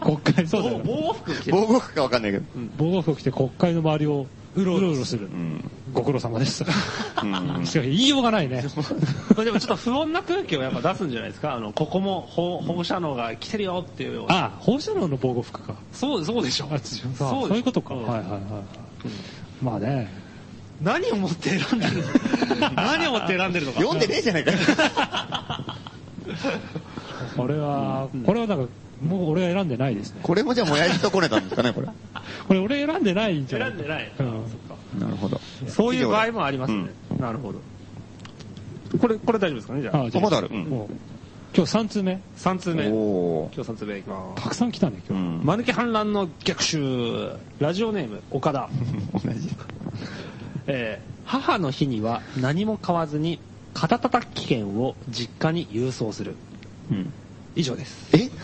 S3: 国会、そうだよ。
S6: 防護服を着て、
S4: 防護服かわかんないけど。
S3: 防護服着て国会の周りをうろうろする。
S4: うん。
S3: ご苦労様です。
S4: うん
S3: しかし言いようがないね。
S6: これでもちょっと不穏な空気をやっぱ出すんじゃないですか。あの、ここも放放射能が来てるよっていう。
S3: ああ、放射能の防護服か。
S6: そう、そうでしょ
S3: あ、。そうそういうことか。
S6: うん
S3: はいはいはいはい。まあね。
S6: 何を持って選んでる の何を持って選んでるのか。
S4: 読んでねえじゃないか。
S3: これは、これはなんか、もう俺は選んでないですね。
S4: これもじゃあもやしとこねたんですかね、これ。
S3: これ俺選んでないんじゃない
S6: 選んでない
S3: うん。
S4: なるほど。
S6: そういう場合もありますね。なるほど。これ、これ大丈夫ですかねじゃあ。
S3: あ
S4: あまだある。うん
S3: もう今日3通目。
S6: 3通目。今
S4: おー
S6: 日3通目いきま
S3: たくさん来たね、
S4: う
S3: 今日。
S6: す。
S4: ん。
S6: 間抜け反乱の逆襲。ラジオネーム、岡 田。
S4: 同じ。
S6: えー母の日には何も買わずに、肩たたき券を実家に郵送する。
S4: うん。
S6: 以上です。
S4: え
S3: こ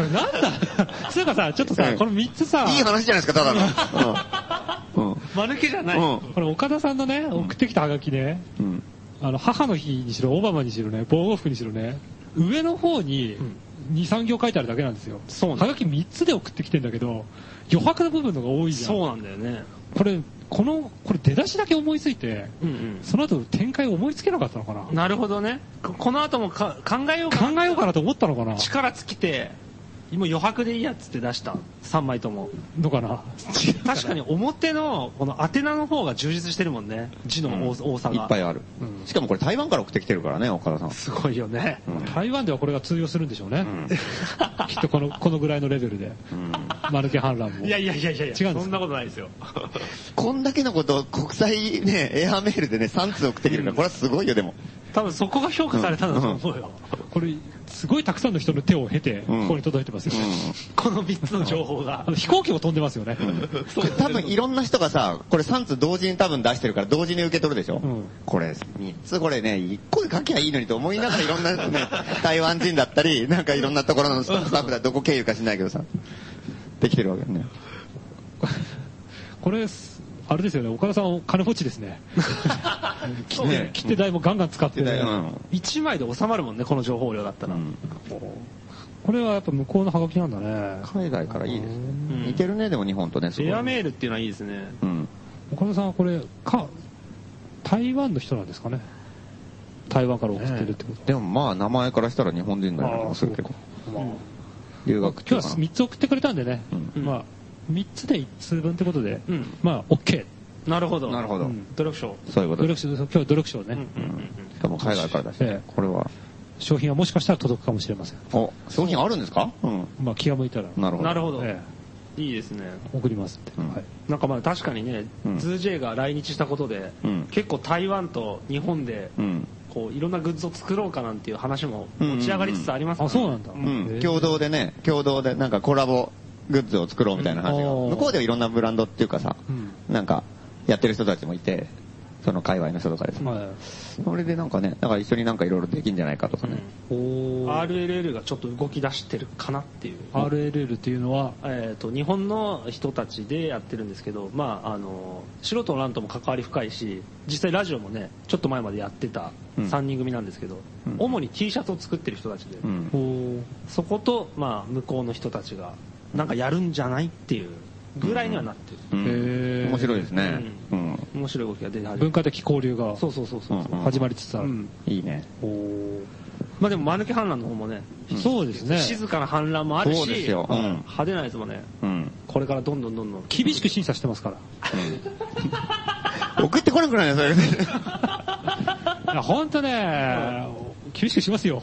S3: れなんだつうかさ、ちょっとさ
S4: う、ん
S3: この3つさ、
S4: いい話じゃないですか、ただ の。
S6: 間抜けじゃな
S4: う
S6: い。
S4: ん。
S3: これ岡田さんのね、送ってきたハガキね、
S4: うん。うん。
S3: あの、母の日にしろ、オバマにしろね、防護服にしろね、上の方に2、3行書いてあるだけなんですよ。
S6: そうなんだ
S3: ハガキ3つで送ってきてんだけど、余白の部分のが多いじゃん。
S6: そうなんだよね。
S3: これ、この、これ出だしだけ思いついて、
S6: うん
S3: その後展開思いつけなかったのかな
S6: うん。なるほどね。ここの後もか考えようかな。
S3: 考えようかなと思ったのかな
S6: 力尽きて、今余白でいいやっつって出した。3枚と も。
S3: のかな
S6: 確かに表の、この宛名の方が充実してるもんね。字の多多さ
S4: い
S6: が。
S4: っぱいある。しかもこれ台湾から送ってきてるからね、岡田さん。
S6: すごいよね。
S3: 台湾ではこれが通用するんでしょうね。 きっとこの、このぐらいのレベルで。
S4: うん
S3: マルケ反乱も。
S6: いやいやいやいやいや、
S3: 違うんですか
S6: そんなことないですよ。
S4: こんだけのことを国際ね、エアメールでね、3通送ってくるから、これはすごいよ、でも。
S6: 多分そこが評価されたんだと思うよ。
S3: これ、すごいたくさんの人の手を経て、
S4: うん
S3: ここに届いてますよね。
S6: この3つの情報が
S3: あ。の飛行機も飛んでますよ ね。
S4: これ多分いろんな人がさ、これ3通同時に多分出してるから同時に受け取るでしょ、
S3: うん
S4: これ3つこれね、1個で書きゃいいのにと思いながらいろんな、ね、台湾人だったり、なんかいろんなところのスタッフだ、どこ経由かしないけどさ、できてるわけね。
S3: これ、あれですよね、岡田さん、金持ちですね。
S4: そうね
S3: 切手代もガンガン使って、
S4: 切手代うん
S6: 1枚で収まるもんね、この情報量だったら。
S4: うん
S3: これはやっぱ向こうのハガキなんだね。
S4: 海外からいいですね。
S6: うん
S4: 似てるね、でも日本とね、すごい
S6: エアメールっていうのはいいですね。
S4: うん。
S3: 岡田さんはこれ、か、台湾の人なんですかね。台湾から送ってるってこと。
S4: でもまあ、名前からしたら日本人のような気もするけど。留学ってい
S3: 今
S4: う
S3: 日
S4: か
S3: は
S4: な
S3: 3つ送ってくれたんでね、
S4: う
S3: まあ、3つで1通分ってことで、
S6: うん
S3: まあ、OK。
S6: なるほど。
S4: なるほ
S6: ど。
S4: ど、
S3: うん
S6: 努力賞。
S4: そういうこと
S3: 努
S4: で
S3: 力
S4: す。
S3: 賞、今日は努力賞ね、
S4: しかも海外からだし、
S3: ええ
S4: これは。
S3: 商品はもしかしたら届くかもしれません。
S4: お、商品あるんですかうん。
S3: まあ、気が向いたら、
S4: なるほど。
S6: なるほど。
S3: え
S6: いいですね。
S3: え送りますって、
S4: うん
S3: はい
S6: なんかまあ確かにね、
S4: うん
S6: ズージェイが来日したことで、
S4: うん
S6: 結構台湾と日本で、
S4: うん。
S6: こう、いろんなグッズを作ろうかなんていう話も持ち上がりつつありますから
S3: あ、そうなんだ。
S4: うん
S3: え。
S4: 共同でね、共同でなんかコラボグッズを作ろうみたいな話が、
S3: うん
S4: 向こうではいろんなブランドっていうかさ、なんかやってる人たちもいて、その界隈の人とかです
S3: え。まあ、
S4: それでなんかね、だから一緒になんかいろいろできんじゃないかとかね。
S3: おー
S6: RLL がちょっと動き出してるかなっていう。
S3: RLL っていうのは、
S6: えー、と日本の人たちでやってるんですけど、まあ、あの素人の乱とも関わり深いし実際ラジオもねちょっと前までやってた
S4: うん
S6: 3人組なんですけど、
S4: うん
S6: 主に T シャツを作ってる人たちで、
S4: うん。
S6: そこと、まあ、向こうの人たちがなんかやるんじゃないっていうぐらいにはなってる、
S4: うん
S3: へー
S4: 面白いですね。うん。
S6: 面白い動きが出て始め
S3: 文
S6: て
S3: 化的交流が
S6: そうそうそうそう、
S4: うんうん
S3: 始まりつつある。
S4: いいね。
S6: まあ、でも間抜け反乱の方もね、
S3: そうですね。
S6: 静かな反乱もあるし
S4: そうですようん
S6: 派手なやつもね
S4: うん。
S6: ここれからどんどんどんどん
S3: 厳しく審査してますから。
S4: 送ってこなくないですか
S3: いや、ほんとね、厳しくします よ。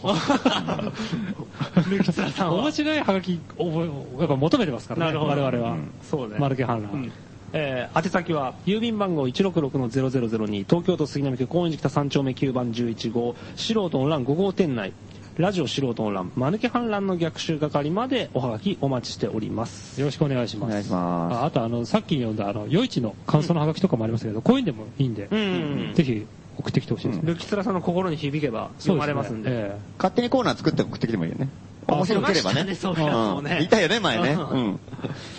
S3: 面白いハガキ、おやっぱ求めてますからね、我々は。
S6: そうね
S3: マルケハンラ
S6: うん
S3: ー。
S6: えー宛先は郵便番号166-0002東京都杉並区高円寺北3丁目9番11号素人の欄5号店内ラジオ素人の欄マヌケ反乱の逆襲係までおはがきお待ちしております
S3: よろしくお願いします。
S4: お願いします
S3: ああと、あの、さっき読んだ、あの、夜市の感想のハガキとかもありますけど、こういうのでもいいんで、
S6: ん
S3: ぜひ送ってきてほしいですね。
S6: ルキツラさんの心に響けば
S3: そう
S6: 読
S3: で
S6: まれますんで
S3: え
S4: 勝手にコーナー作って送ってきてもいいよね。
S6: あ
S4: 面白ければね。
S6: 出ましたねそういうのもね
S4: うんいたよね、前ね。うん。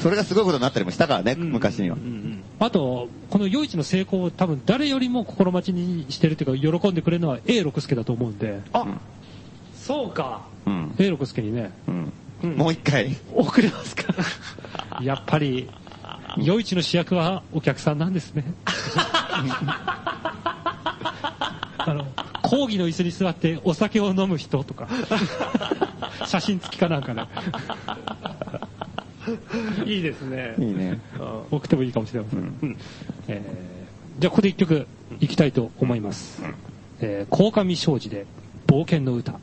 S4: それがすごいことになったりもしたからね、昔には。
S3: えあと、この夜市の成功を多分誰よりも心待ちにしてるというか、喜んでくれるのは A 六輔だと思うんで、
S6: あそうか
S4: うん。
S3: A 六輔にね、
S4: うん。もう一回。
S3: 送れますかやっぱり、夜市の主役はお客さんなんですね。あの、講義の椅子に座ってお酒を飲む人とか、写真付きかなんかね、
S6: いいですね
S4: いい ね。
S3: 送ってもいいかもしれません。えーじゃあここで一曲いきたいと思います。えー、鴻上庄司で冒険の歌。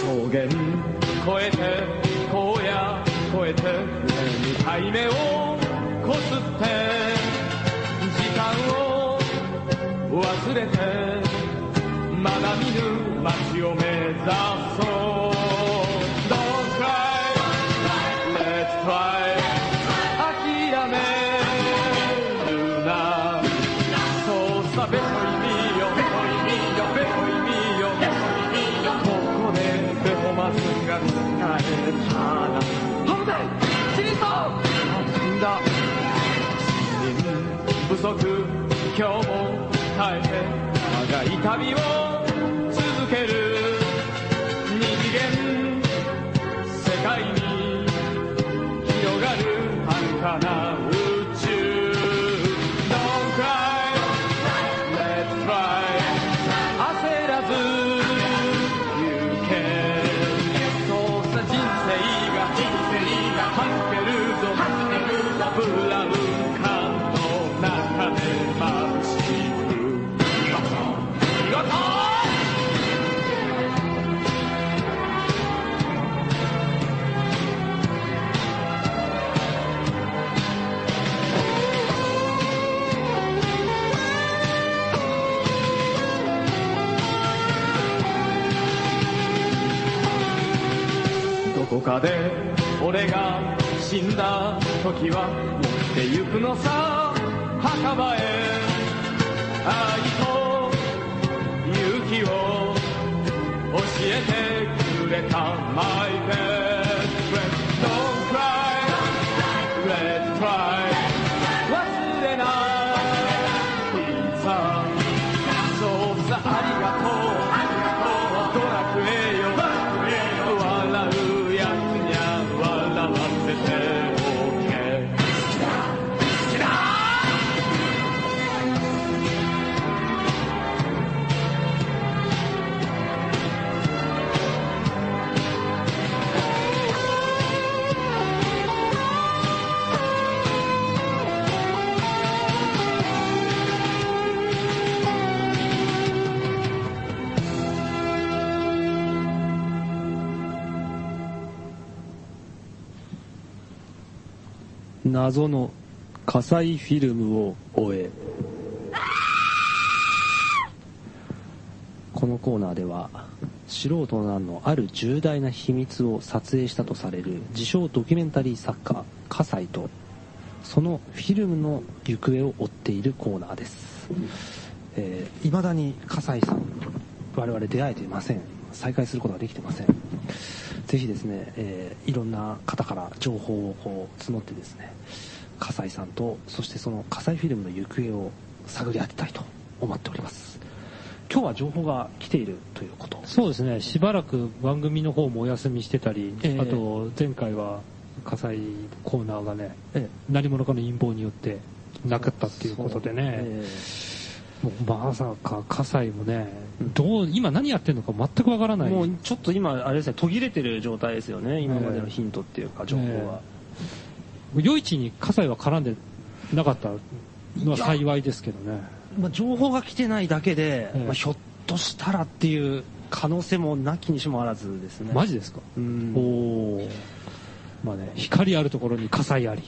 S8: 草原越えて荒野越えて二回目をこすって時間を忘れてまだ見ぬ街を目指そう Don't cry Let's try 諦めるなそうさべこいみよべこいみよべこいみよここでベホマスが使えたら危ない死にそうなんだ人不足今日も耐えて長い旅を続ける二次元世界に広がる遥かな宇宙 Don't cry Let's try 焦らず行けそうさ人生が人生がはけるぞはけるぞブラウン管の中で待ちくる見事見事どこかで俺が死んだ時は持ってゆくのさ墓場へ愛と勇気を教えてくれた My best friend Don't cry Let's try 忘れないさそうさありがとうドラクエよ笑うやつにゃ笑わせておけ
S6: 謎の火災フィルムを終えこのコーナーでは素人なんのある重大な秘密を撮影したとされる自称ドキュメンタリー作家葛西とそのフィルムの行方を追っているコーナーですえー、未だに葛西さん我々出会えていません再会することができていませんぜひですね、えーいろんな方から情報をこう募ってですね、笠井さんと、そしてその笠井フィルムの行方を探り当てたいと思っております今日は情報が来ているということ
S3: そうですね、しばらく番組の方もお休みしてたり、
S6: ええ
S3: あと前回は火災コーナーがね、
S6: え
S3: 何者かの陰謀によってなかったっていうことでね、
S6: え
S3: もうまさか火災もね、どう今何やってるのか全くわからない、
S6: もうちょっと今あれですね途切れてる状態ですよね今までのヒントっていうか情報は、
S3: 夜市に火災は絡んでなかったのは幸いですけどね。
S6: まあ、情報が来てないだけで、
S3: ええ
S6: まあ、ひょっとしたらっていう可能性もなきにしもあらずですね
S3: マジですか、
S6: うん
S3: おおまあね光あるところに火災あり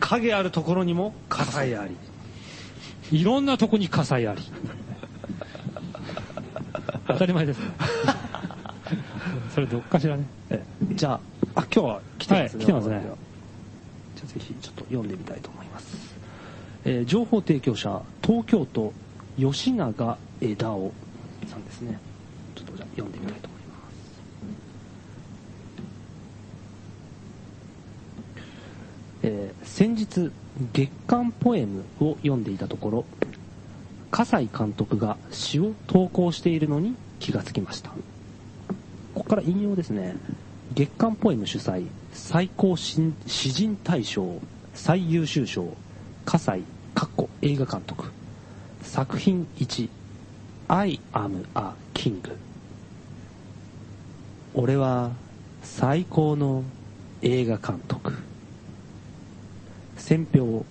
S6: 影あるところにも火災あり
S3: いろんなとこに火災あり当たり 前ですねそれどっかしらね
S6: じゃああ今日は来てますね、
S3: はい来てますね
S6: じゃあぜひちょっと読んでみたいと思います、えー情報提供者東京都吉永枝尾さんですねちょっとじゃあ読んでみたいと思いますえー先日月刊ポエムを読んでいたところ笠西監督が詩を投稿しているのに気がつきましたここから引用ですね。月刊ポエム主催、最高新詩人大賞、最優秀賞、葛西、かっこ映画監督。作品1、I am a king。俺は最高の映画監督。選評、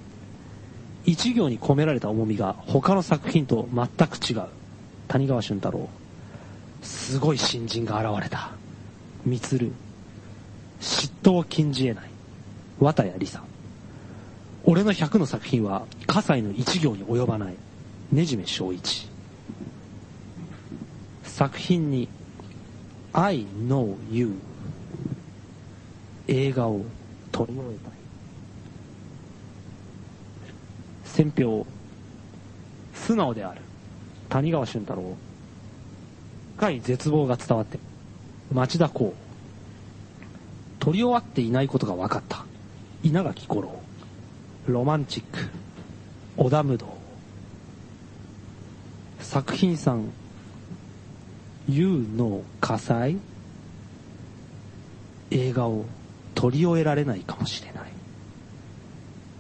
S6: 一行に込められた重みが他の作品と全く違う。谷川俊太郎。すごい新人が現れた。みつる。嫉妬を禁じ得ない。綿谷りさ。俺の100の作品は、葛西の一行に及ばない。ねじめ正一。作品に、I know you。映画を撮り終えたい。選評、素直である。谷川俊太郎。深い絶望が伝わって町田公取り終わっていないことが分かった稲垣吾郎ロマンチック織田無道作品さん You know 火災映画を取り終えられないかもしれない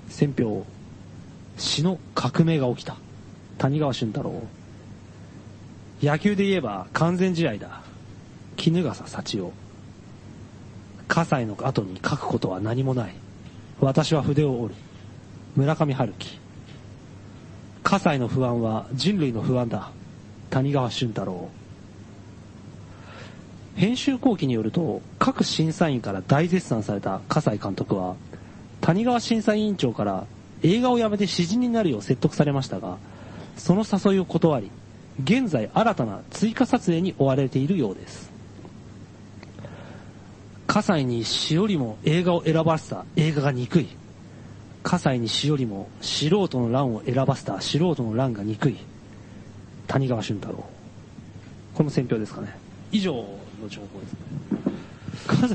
S6: 選票詩の革命が起きた谷川俊太郎野球で言えば完全試合だ衣笠幸男葛西の後に書くことは何もない私は筆を折る村上春樹葛西の不安は人類の不安だ谷川俊太郎編集後期によると各審査員から大絶賛された葛西監督は谷川審査委員長から映画をやめて詩人になるよう説得されましたがその誘いを断り現在新たな追加撮影に追われているようです葛西に詩よりも映画を選ばせた映画が憎い葛西に詩よりも素人の乱を選ばせた素人の乱が憎い谷川俊太郎この選評ですかね以上の情報ですね
S3: 葛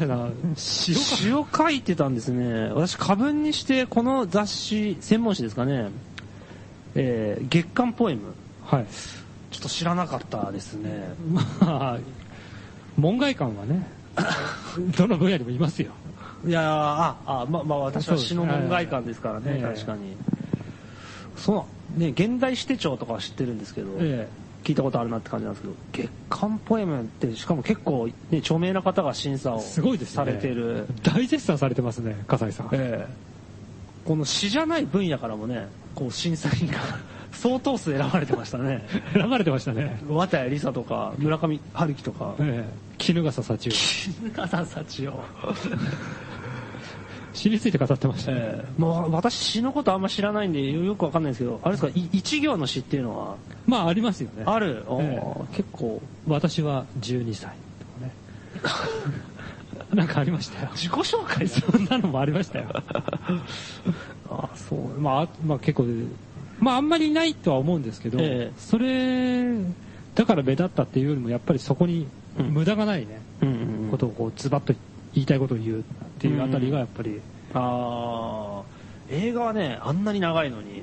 S3: 西さん
S6: 詩を書いてたんですね。私、過文にして、この雑誌、専門誌ですかね、えー月刊ポエム。
S3: はい
S6: ちょっと知らなかったですね。
S3: まあ門外観は ねどの分野にもいますよ
S6: いやーあ、あ、ま、まあ、私は詩の門外観ですからね、
S3: そうです
S6: 確
S3: ね
S6: かに。そう、ね、現代詩手帳とかは知ってるんですけど、
S3: え
S6: 聞いたことあるなって感じなんですけど、月刊ポエムって、しかも結構、ね、著名な方が審査を
S3: すごいですね
S6: されてる。
S3: 大絶賛されてますね笠井さん
S6: ええ、この詩じゃない分野からもね、こう審査員が 相当数選ばれてましたね。
S3: 選ばれてましたね
S6: 綿谷りさとか、村上春樹と か、
S3: ええ衣笠幸男
S6: 衣笠幸男。
S3: 知りついて語ってましたね、
S6: ええ、まあ私詩のことあんま知らないんでよよくわかんないんですけど、あれですか、い一行の詩っていうのは、
S3: まあありますよね
S6: ある、お
S3: え
S6: ー結構、
S3: 私は12歳とか ねなんかありましたよ
S6: 自己紹介する。
S3: そんなの もありましたよ
S6: あそう。
S3: まああ、まあ結構まああんまりないとは思うんですけど、
S6: ええ
S3: それだから目立ったっていうよりもやっぱりそこに
S6: うん
S3: 無駄がないね、
S6: うんうんうん
S3: ことをこうズバッと言いたいことを言うっていうあたりがやっぱり、
S6: ああ、映画はね、あんなに長いのに、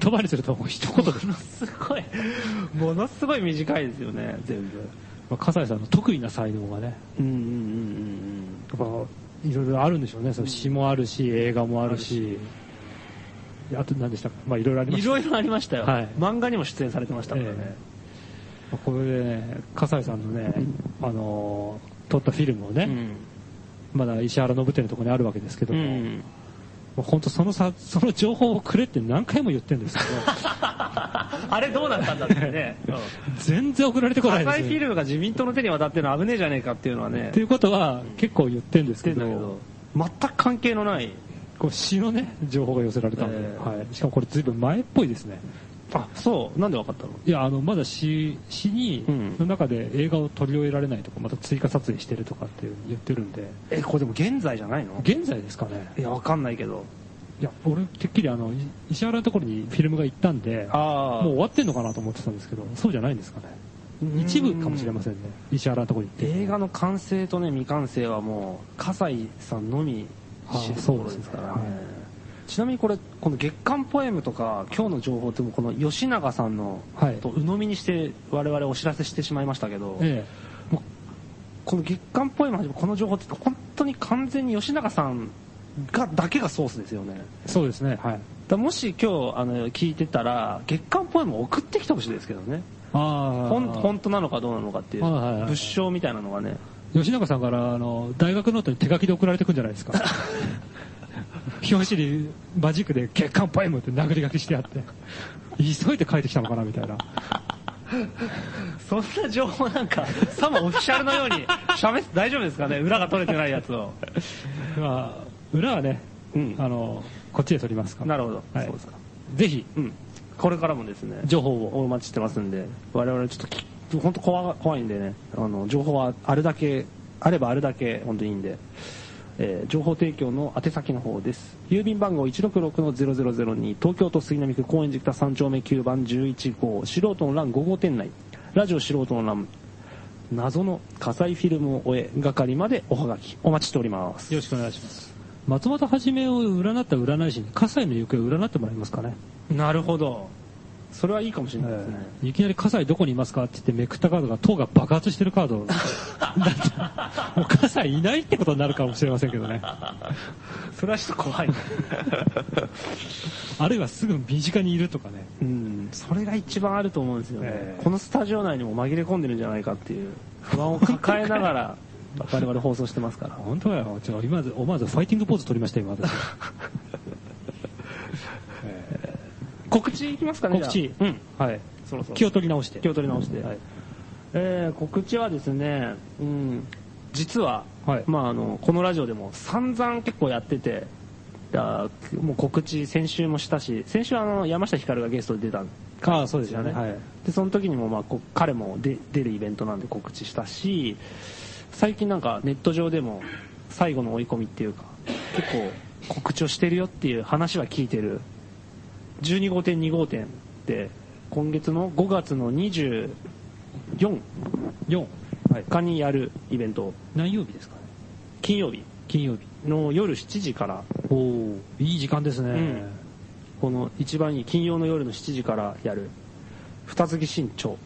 S3: 言葉にするともう一 言で
S6: ものすごい、ものすごい短いですよね、全部。
S3: まあ、笠井さんの得意な才能がね、
S6: うんうんうんうんうん。
S3: やっぱいろいろあるんでしょうね。その詩もあるし、映画もあるし、あと何でしたか、まあいろいろありま
S6: い
S3: した。
S6: ろいろありましたよ、
S3: はい
S6: 漫画にも出演されてましたからね、
S3: えまあこれでね、笠井さんのね、あのー撮ったフィルムをね、まだ石原信手のところにあるわけですけど
S6: うん
S3: も、もう本当そのさ、その情報をくれって何回も言ってるんですけど、
S6: あれどうなったんだってね、 うん
S3: 全然送られてこないで
S6: 赤
S3: す
S6: いフィ
S3: よ。
S6: ルムが自民党の手に渡ってるの危ねえじゃねえかっていうのはね
S3: っていうことは結構言ってるんです
S6: 言
S3: け
S6: ってんだけ
S3: ど
S6: ど、全く関係のない
S3: こう詩のね、情報が寄せられたんで、
S6: ええ
S3: はい、しかもこれずいぶん前っぽいですね。
S6: あそうなんでわかったの
S3: いや、あの、まだ詩、詩に、
S6: うん
S3: の中で映画を撮り終えられないとか、また追加撮影してるとかっていう言ってるんで、
S6: えこれでも現在じゃないの
S3: 現在ですかね。
S6: いやわかんないけど
S3: いや、俺、てっきりあの、い石原のところにフィルムが行ったんで、
S6: あ
S3: もう終わってんのかなと思ってたんですけど、そうじゃないんですかね。
S6: う
S3: 一部かもしれませんね。石原のところに行って。
S6: 映画の完成とね未完成はもう葛西さんのみ知る
S3: あ
S6: と
S3: そう
S6: ころ
S3: です
S6: ですから
S3: はい
S6: ねちなみにこれこの月刊ポエムとか今日の情報ってもこの吉永さんの
S3: はい
S6: と鵜呑みにして我々お知らせしてしまいましたけど、
S3: え
S6: この月刊ポエムはじめこの情報って本当に完全に吉永さんがだけがソースですよねだか
S3: え、そうですね。はい。
S6: らもし今日あの聞いてたら月刊ポエムを送ってきてほしいですけどね
S3: あ
S6: ほん本当なのかどうなのかっていう
S3: はいはいはい
S6: 物証みたいなのがね
S3: 吉永さんからあの大学ノートに手書きで送られてくんじゃな いですか表紙にマジックで「月刊ポエム」って殴り書きしてあって急いで書いてきたのかなみたいな
S6: そんな情報なん か、さもオフィシャルのように喋って大丈夫ですかね裏が取れてないやつを。
S3: まあ裏はね、
S6: うん
S3: あのこっちで撮りますから
S6: なるほど。
S3: はい
S6: そうですか。
S3: ぜひ
S6: うん。これからもですね、
S3: 情報を
S6: お待ちしてますんで、我々ちょっとき、本当怖が怖いんでね、あの、情報はあるだけ、あればあるだけ本当にいいんで、えー情報提供の宛先の方です。郵便番号166-0002、東京都杉並区高円寺北3丁目9番11号、素人の欄5号店内、ラジオ素人の欄、謎の火災フィルムを終え、係までおはがき、お待ちしております。
S3: よろしくお願いします松本はじめを占った占い師に葛西の行方を占ってもらえますかね、
S6: なるほど。それはいいかもしれないですね。
S3: いきなり葛西どこにいますかって言ってめくったカードが塔が爆発してるカードだ ってもう葛西いないってことになるかもしれませんけどね
S6: それはちょっと怖い、ね。
S3: あるいはすぐ身近にいるとかね。
S6: うん、それが一番あると思うんですよね、
S3: ええ
S6: このスタジオ内にも紛れ込んでるんじゃないかっていう不安を抱えながら 我々放送してますから
S3: 本当だよ。ちょ今ず思わずファイティングポーズ取りましたよ、今 私。
S6: 告知いきますかね
S3: 告知
S6: じゃあうん
S3: はい。
S6: そろそろ
S3: 気を取り直して。
S6: 気を取り直して、はいえー告知はですね、うん、実は、
S3: はい
S6: まあ、あのこのラジオでも散々結構やってていやもう告知先週もしたし先週はあの山下ひかるがゲストで出たん
S3: ああ、そうですよね。
S6: はい
S3: はい。
S6: でその時にもまあこ彼もで出るイベントなんで告知したし最近なんかネット上でも最後の追い込みっていうか結構告知をしてるよっていう話は聞いてる12号店2号店で今月の5月の24
S3: 4、
S6: 日にやるイベント
S3: 何曜日ですかね。
S6: 金曜日
S3: 金曜日。
S6: の夜7時から
S3: おおいい時間ですね。
S6: うんこの一番いい金曜の夜の7時からやる二月新潮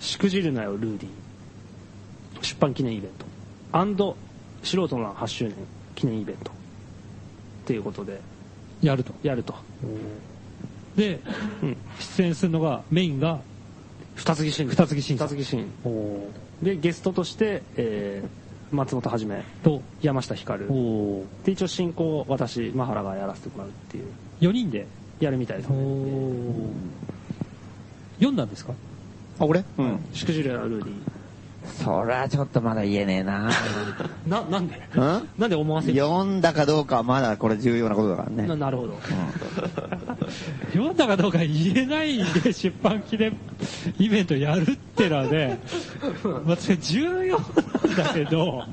S6: しくじるなよルーディ出版記念イベントアンド素人の8周年記念イベントっていうことで
S3: やると。
S6: やると
S3: で、
S6: うん
S3: 出演するのが、メインが、
S6: 二月新
S3: 二月新さ
S6: 二
S3: ん
S6: 月新でゲストとして、えー松本はじめ
S3: と、
S6: 山下ひかる
S3: おお
S6: で一応進行を私マハラがやらせてもらうっていう
S3: 4人で。
S6: やるみたいです
S3: お
S6: ね
S3: お読んだんですか
S4: あ、俺うん。
S6: しくじるなよルーディ
S4: そりゃちょっとまだ言えねえな
S6: ななんで
S4: うん
S6: なんで思わせる
S4: 読んだかどうかはまだこれ重要なことだからね。
S6: ななるほど
S3: 読んだかどうか言えないで出版記念イベントやるってのは ね、まあ、それ重要なんだけど、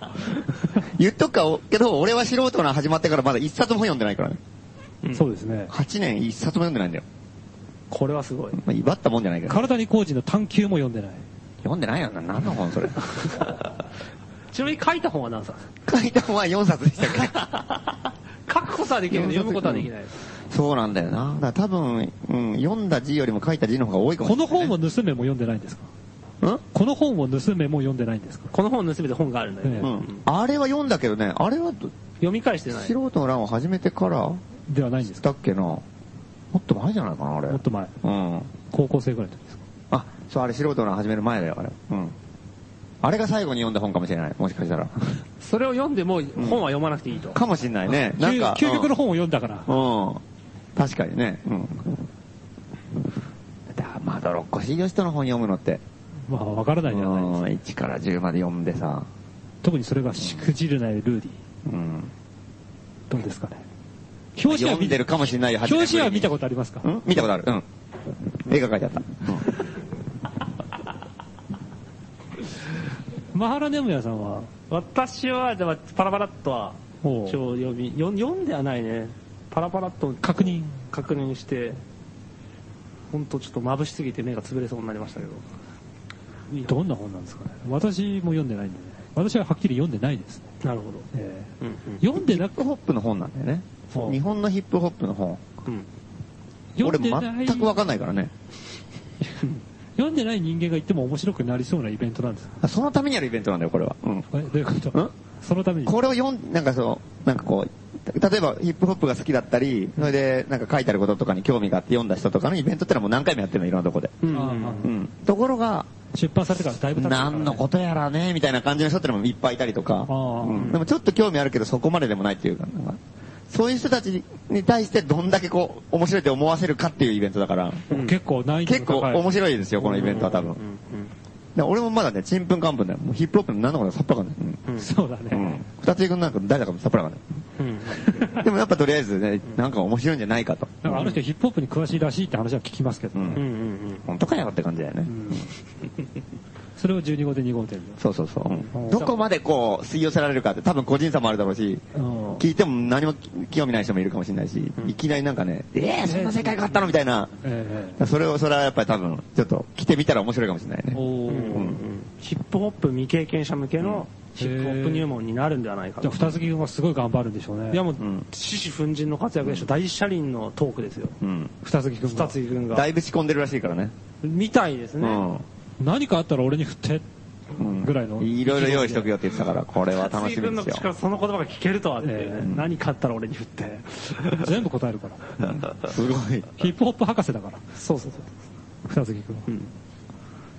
S4: 言っとくか、おけど俺は素人な始まってからまだ一冊も読んでないからね。
S3: そうですね。
S4: 8年一冊も読んでないんだよ。
S6: これはすごい
S4: まあ、威張ったもんじゃないけど。
S3: 体に工事の探求も読んでない。
S4: 読んでないよな。何の本それ。
S6: ちなみに書いた本は何冊
S4: 書いた本は4冊でしたけど。
S6: 書くことはできるけど読むことはできない
S4: そうなんだよな。だから多分、うん、読んだ字よりも書いた字の方が多いかも
S3: こ
S4: しれ
S3: の
S4: ない。
S3: 本を盗めも読んでないんですか
S4: うん
S3: この本を盗めも読んでないんですか
S6: この本を盗めて本があるんだよね。
S3: ええ
S4: うん。あれは読んだけどね、あれはど、
S6: 読み返してない。
S4: 素人の欄を始めてから
S3: ではないんですか
S4: だっけな。もっと前じゃないかな、あれ。
S3: もっと前。
S4: うん。
S3: 高校生ぐらいの時ですか
S4: あ、そう、あれ素人の始める前だよ、あれ。うん。あれが最後に読んだ本かもしれない、もしかしたら。
S6: それを読んでも本は読まなくていいと。
S4: かもしれないね。なんか
S3: 究。究極の本を読んだから。
S4: 本。うん。確かにね。うん。だまあ、泥っこしいよ、人の本読むのって。
S3: まあ、わからな
S4: う
S3: い
S4: ん
S3: ではないです。
S4: 1から10まで読んでさ。
S3: 特にそれがしくじるないルーディ。
S4: うん。
S3: どうですかね。表紙は
S4: 読ん
S3: 見
S4: でるかもしれないよ、
S3: 表紙は見た
S4: こ
S3: ことありますか
S4: と。うん見たことある。うん。絵が描いてあった。
S3: マハラネムヤさんは、
S6: 私は、だからパラパラっとは、
S3: おう
S6: 一応読み、読ん読んではないね。パラパラっと
S3: 確認。
S6: 確認して、ほんとちょっと眩しすぎて目が潰れそうになりましたけど。
S3: どんな本なんですかね。私も読んでないんでね。私ははっきり読んでないですね。
S6: なるほど。
S3: ええ
S6: うん
S3: 読んでな
S4: ヒップホップの本なんだよね。
S3: ほう
S4: 日本のヒップホップの本。
S6: うん。うん。
S4: 俺
S3: 読んでない
S4: 全くわかんないからね。
S3: 読んでない人間が言っても面白くなりそうなイベントなんですか
S4: あそのためにやるイベントなんだよ、これは。うん。
S3: えどういうこと
S4: ん
S3: そのために。
S4: これを読ん、なんかそう、なんかこう、た例えばヒップホップが好きだったり、それでなんか書いてあることとかに興味があって読んだ人とかのイベントってのはもう何回もやってるの、いろんなとこで。
S6: うん
S3: ああ
S4: うん。ところが、
S3: 出版されてからだいぶ経ってるからね
S4: 何のことやらね、みたいな感じの人ってのもいっぱいいたりとか、
S3: あ
S4: うんでもちょっと興味あるけどそこまででもないっていうか、なんかそういう人たちに対してどんだけこう、面白いって思わせるかっていうイベントだから、
S3: 結構難易
S4: 結構
S3: 度の高い。
S4: 面白いですよ、このイベントは多分。だから俺もまだね、ちんぷんかんぷんだよ。もうヒップホップの何のことかさっぱりわかんない。うん
S3: そうだ
S4: う
S3: ね。
S4: ん。二つ行くなんか誰だかもさっぱりわかんない。でもやっぱとりあえずね、なんか面白いんじゃないかと。
S3: なんかあの人ヒップホップに詳しいらしいって話は聞きますけど
S4: う。
S3: ね、
S6: うんん
S4: 本当かよって感じだよね。
S3: それを12号店2号店で。
S4: そうそうそううん。どこまでこう、吸い寄せられるかって多分個人差もあるだろうし、
S3: うん
S4: 聞いても何も興味ない人もいるかもしれないし、いきなりなんかね、えぇ、そんな世界があったのみたいな。
S3: え
S4: それを、それはやっぱり多分、ちょっと来てみたら面白いかもしれない
S3: え
S4: ね。
S3: おー
S6: うん。ヒップホップ未経験者向けのヒップホップ入門になるんではないか
S3: じゃ
S6: と
S3: あ、。二月君はすごい頑張るんでしょうね。
S6: いやもう
S4: うん、
S6: 獅子奮陣の活躍でしょ。大車輪のトークですよ。
S4: うん。
S3: 二月君
S6: 二
S3: が。
S6: つ軍
S4: だ
S6: が。
S4: いぶ仕込んでるらしいからね。
S6: みたいです
S4: う
S6: ね。
S4: ん。
S3: 何かあったら俺に振って。
S4: うん
S3: ぐらいの
S4: いろいろ用意しとくよって言ってたから、これは楽し
S6: 水
S4: み
S6: 軍
S4: で
S6: の
S4: す
S6: 口か
S4: よ。
S6: らその言葉が聞けるとはっていうね、
S3: え
S6: 何かあったら俺に振って。
S3: 全部答えるから。
S4: すごい。
S3: ヒップホップ博士だから。
S6: そうそうそう。
S3: 二月君は。
S6: うん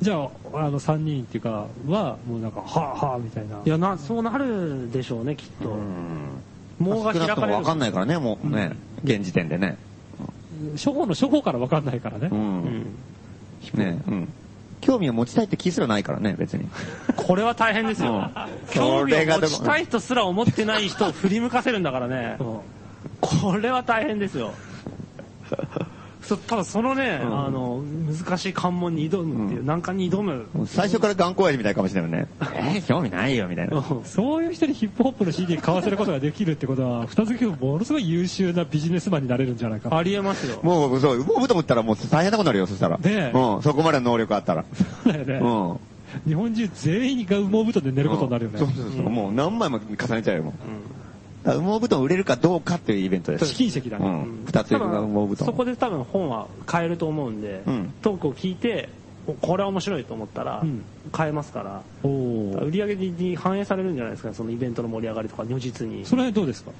S3: じゃあ、あの、三人っていうか、は、もうなんか、はぁはぁみたいな。
S6: いやな、そうなるでしょうね、きっと。
S4: うん。
S6: 網が
S4: 少
S6: 開
S4: なくと
S6: か
S4: も
S6: れ
S4: わ
S6: る。
S4: かんないからね、もうね、現時点でね。
S3: 初歩の初歩から分かんないからね
S4: う。。
S6: うんん。
S4: ね、うん。興味を持ちたいって気すらないからね、別に。
S6: これは大変です
S4: う
S6: よ
S4: ん。
S6: 興
S4: そ
S6: 味
S4: れ
S6: を
S4: が
S6: 持
S4: どこ
S6: ちたい人すら思ってない人を振り向かせるんだからね。これは大変です よ。そただそのね、
S4: ん
S6: あの、難しい関門に挑むっていう、
S4: うん
S6: 難関に挑む。
S4: 最初から頑固親父みたいかもしれないよね。えー、興味ないよ、みたいな。
S3: そういう人にヒップホップの CD 買わせることができるってことは、二月君ものすごい優秀なビジネスマンになれるんじゃないか。
S6: ありえますよ。
S4: もう、そう、ボブと思ったらもう大変なことになるよ、そしたら。
S3: ねえ
S4: うん、そこまでの能力あったら。
S3: だよね。
S4: うん。
S3: 日本中全員が羽毛布団で寝ることになるよ
S4: そう
S3: ね。
S4: そうそう。もう何枚も重ねちゃうよ、もう。だから羽毛布団売れるかどうかっていうイベントです
S3: 試。金石だ
S4: う
S3: ね。
S4: ん。二つ
S6: 多
S4: 行くが羽毛
S6: 分
S4: 布団。
S6: そこで多分本は買えると思うんで、
S4: うん
S6: トークを聞いて、おこれは面白いと思ったら
S3: ん、
S6: 買えますから、
S3: お
S6: 売り上げに反映されるんじゃないですかね、そのイベントの盛り上がりとか、如実に。
S3: その辺どうですか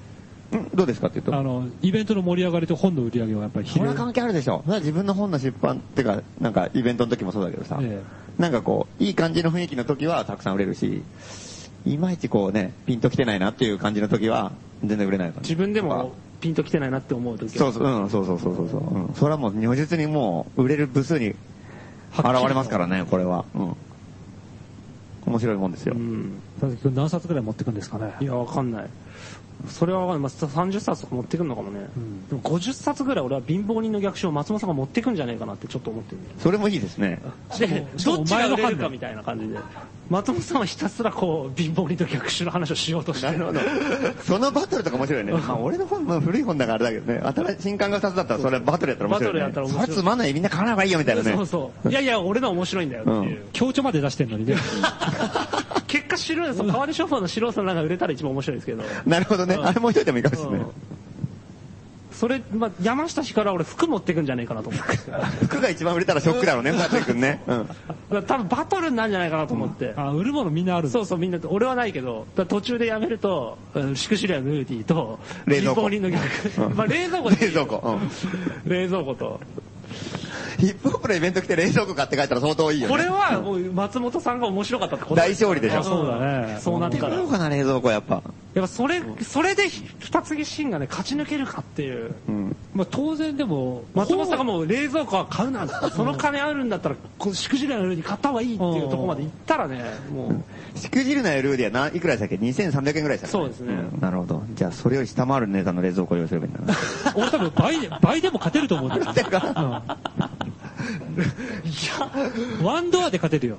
S4: うんどうですかって言うと。
S3: あの、イベントの盛り上がりと本の売り上げはやっぱり
S4: そ
S3: 比
S4: れ
S3: 例
S4: は関係あるでしょ。それは自分の本の出版ってか、なんかイベントの時もそうだけどさ、
S3: え
S4: なんかこう、いい感じの雰囲気の時はたくさん売れるし、いまいちこうね、ピンときてないなっていう感じの時は、全然売れないから
S6: 自分でもピンときてないなって思う時
S4: そう
S6: は
S4: そう、うん、そうそうそうそうそう。うん。それはもう如実にもう、売れる部数に現れますからね、これは。うん。面白いもんですよ
S6: う。ん。
S3: 佐々木君何冊くらい持ってくんですかね
S6: いや、わかんない。それはわかんない。まあ、30冊とか持ってくんのかもね。でも50冊ぐらい俺は貧乏人の逆襲を松本さんが持ってくんじゃないかなってちょっと思ってるんだよ
S4: それもいいで すね。
S6: で、
S3: しかも
S6: どっちが売れる
S3: お前の判
S6: か
S3: 断
S6: みたいな感じで。松本さんはひたすらこう、貧乏人の逆襲の話をしようとして。
S4: なるほど。そのバトルとか面白いね。まあ俺の本も古い本だからあれだけどね。新しい新刊が2つだったらそれバトルやったら面白
S6: バト
S4: い、ね。
S6: ルやったら面白い
S4: それつまんないみんな買わない方がいいよみたいなね。
S6: そうそう。いやいや、俺のは面白いんだよっていう。
S3: 強調まで出してるのにね。
S6: 結果、素人、そう代わり商法の素人の中が売れたら一番面白いですけど。
S4: なるほどね。あれもう一人でもいいかもしれない。
S6: うんそれ、まあ、山下氏から俺服持ってくんじゃねえかなと思って。だ か
S4: 服が一番売れたらショックだろうね、パティ君ね。うん。
S6: ら多分バトルになるんじゃないかなと思って。
S3: あ、売るものみんなあるんだ
S6: そうそう、みんな、俺はないけど、だから途中でやめると、うんシクシリア・ヌーディーと、
S4: 冷蔵庫
S6: 人の逆。まあ、冷蔵庫でい
S4: 冷
S6: いよ
S4: 蔵庫。うん。
S6: 冷蔵庫と。
S4: ヒップホップのイベント来て冷蔵庫買って帰ったら相当いいよね。
S6: これは、もう松本さんが面白かったってこと
S4: 大勝利でしょ
S6: あそうだね。そうなったら。
S4: どう
S6: やっ
S4: かな、冷蔵庫やっぱ。
S6: ぱそれ、それで二つぎンがね、勝ち抜けるかっていう。
S4: うん。
S3: まあ当然でも、
S6: 松本さんがもう冷蔵庫は買うな、その金あるんだったら、こうしくじりのように買った方がいいっていうところまで行ったらね、もう、
S4: しくじるなよルーディはないくらでしたっけ ?2300 円ぐらいでしたっけ
S6: そうですね
S4: んなるほど。じゃあ、それを下回る値段の冷蔵庫を用意すればいいんだな。
S3: 俺多分倍で、倍でも勝てると思 うんだよ。 うんワンドアで勝てるよ。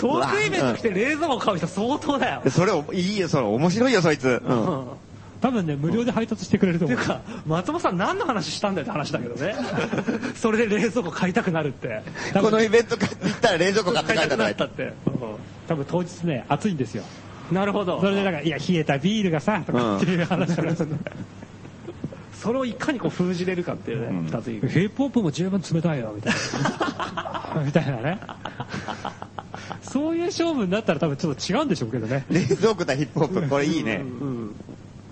S6: トークイベント来て冷蔵庫買う人相当だよ
S4: で。それ、おいいよ、それ、面白いよ、そいつ。うん。
S3: 多分ね、無料で配達してくれると
S6: てい
S3: 思
S6: う
S3: う。
S6: か、松本さん何の話したんだよって話だけどね。それで冷蔵庫買いたくなるって。
S4: このイベント買って行ったら冷蔵庫買って
S6: 買い
S4: 帰ったた
S6: く
S4: ら
S6: な
S4: い
S6: っ
S4: い
S6: たって。
S3: 多分当日ね、暑いんですよ。
S6: なるほど
S3: そ。れでなんか、いや、冷えたビールがさ、とかっていう話なん ですよ
S6: それをいかにこう封じれるかっていうね、二つ言う。
S3: ヒップホップも十分冷たいよ、みたいな。みたいなね。そういう勝負になったら多分ちょっと違うんでしょうけどね。
S4: 冷蔵庫対ヒップホップ、これいいね。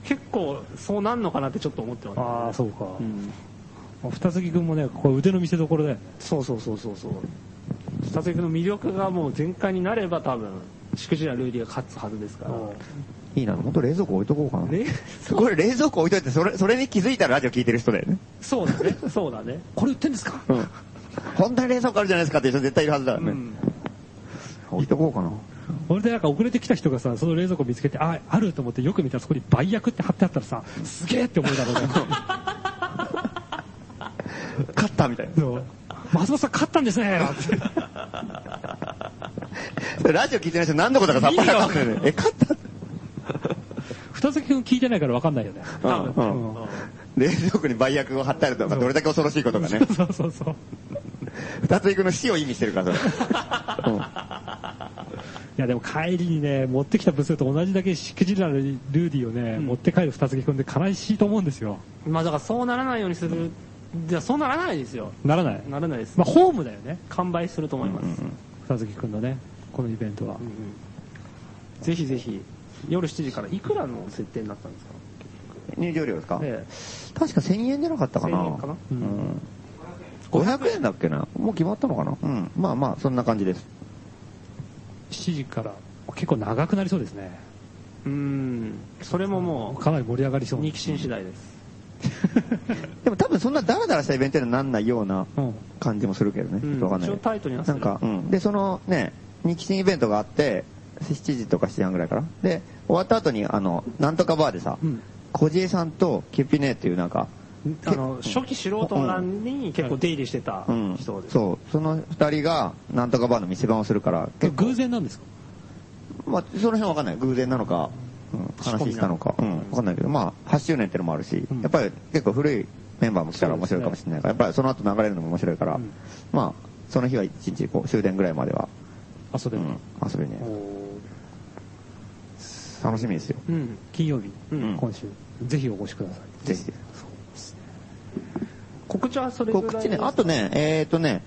S6: 結構そうなんのかなってちょっと思ってます。
S3: ああ、そうか。二月君もね、ここ腕の見せ所で。
S6: そうそうそうそうそう。二つの魅力がもう全開になれば多分、しくじりルーリーが勝つはずですから。
S4: いいな、本当冷蔵庫置いとこうかな。
S6: ね、
S4: これ冷蔵庫置いといて、それ、それに気づいたらラジオ聞いてる人だよね。
S6: そうだ ね、そうだね。
S3: これ売ってんですか
S4: うん。本当に冷蔵庫あるじゃないですかって人絶対いるはずだよね。置いとこうかな。
S3: 俺でなんか遅れてきた人がさ、その冷蔵庫見つけて、あ、あると思ってよく見たらそこに売薬って貼ってあったらさ、すげえって思いながらね。
S4: 勝ったみたいな。
S3: そう松本さん勝ったんですねって
S4: それラジオ聞いてない人何のことかさっぱりわかんないよね。え、勝った
S3: 二月君聞いてないから分かんないよね。
S4: うんうん冷蔵庫に売薬を貼ってあるとか、どれだけ恐ろしいことがね。
S3: そうそうそう。
S4: 二つ行くの死を意味してるから、それ。うん
S3: いやでも帰りにね、持ってきた部数と同じだけしくじられるルーディをね、持って帰る二月君で悲しいと思うんですよ。
S6: まあだからそうならないようにする、じゃあそうならないですよ。
S3: ならない。
S6: ならないです。
S3: まあホームだよね、
S6: 完売すると思います。
S3: 二月君のね、このイベントは。
S6: ぜひぜひ、夜7時からいくらの設定になったんですか
S4: 入場料ですか
S6: え
S4: 確か1000円じゃなかった
S6: え、
S4: かな
S6: 1000円かな
S4: うん500円だっけなもう決まったのかなうん。まあまあ、そんな感じです。
S3: 7時から結構長くなりそうですね。
S6: うん。それもも、
S3: かなり盛り上がりそうう。
S6: 肉親次第です。
S4: でも多分そんなダラダラしたイベントにはなんないような
S3: うん。
S4: 感じもするけどね。
S6: う
S4: ちょっとわかん
S6: ん。
S4: な
S6: 一応
S4: い。
S6: タイトにはす
S4: な
S6: る
S4: んか、うん。で、そのね、日清イベントがあって、7時とか7時半ぐらいから。で、終わった後に、あの、なんとかバーでさ、小じさんとキュピネっていうなんか、
S6: あの、初期素人欄に結構出入りしてた
S4: うん。
S6: 人です。
S4: そう。その二人が、なんとかバーの店番をするから、結構
S3: 偶然なんですか
S4: まあ、その辺はわかんない。偶然なのか、うん、話したのか、うん、わかんないけど、まあ、8周年ってのもあるし、やっぱり結構古いメンバーも来たら面白いかもしれないから、やっぱりその後流れるのも面白いから、まあ、その日は一日こう終電ぐらいまでは、
S3: あ、そう
S4: う
S3: で
S4: ん
S3: も。、
S4: 遊びに。楽しみですよ。
S6: うん。
S3: 金曜日、
S4: ん
S3: 今週。ぜひお越しください。
S4: ぜひ。
S6: 告知はそれぐらい
S4: 告知ね、あとね、えーとね、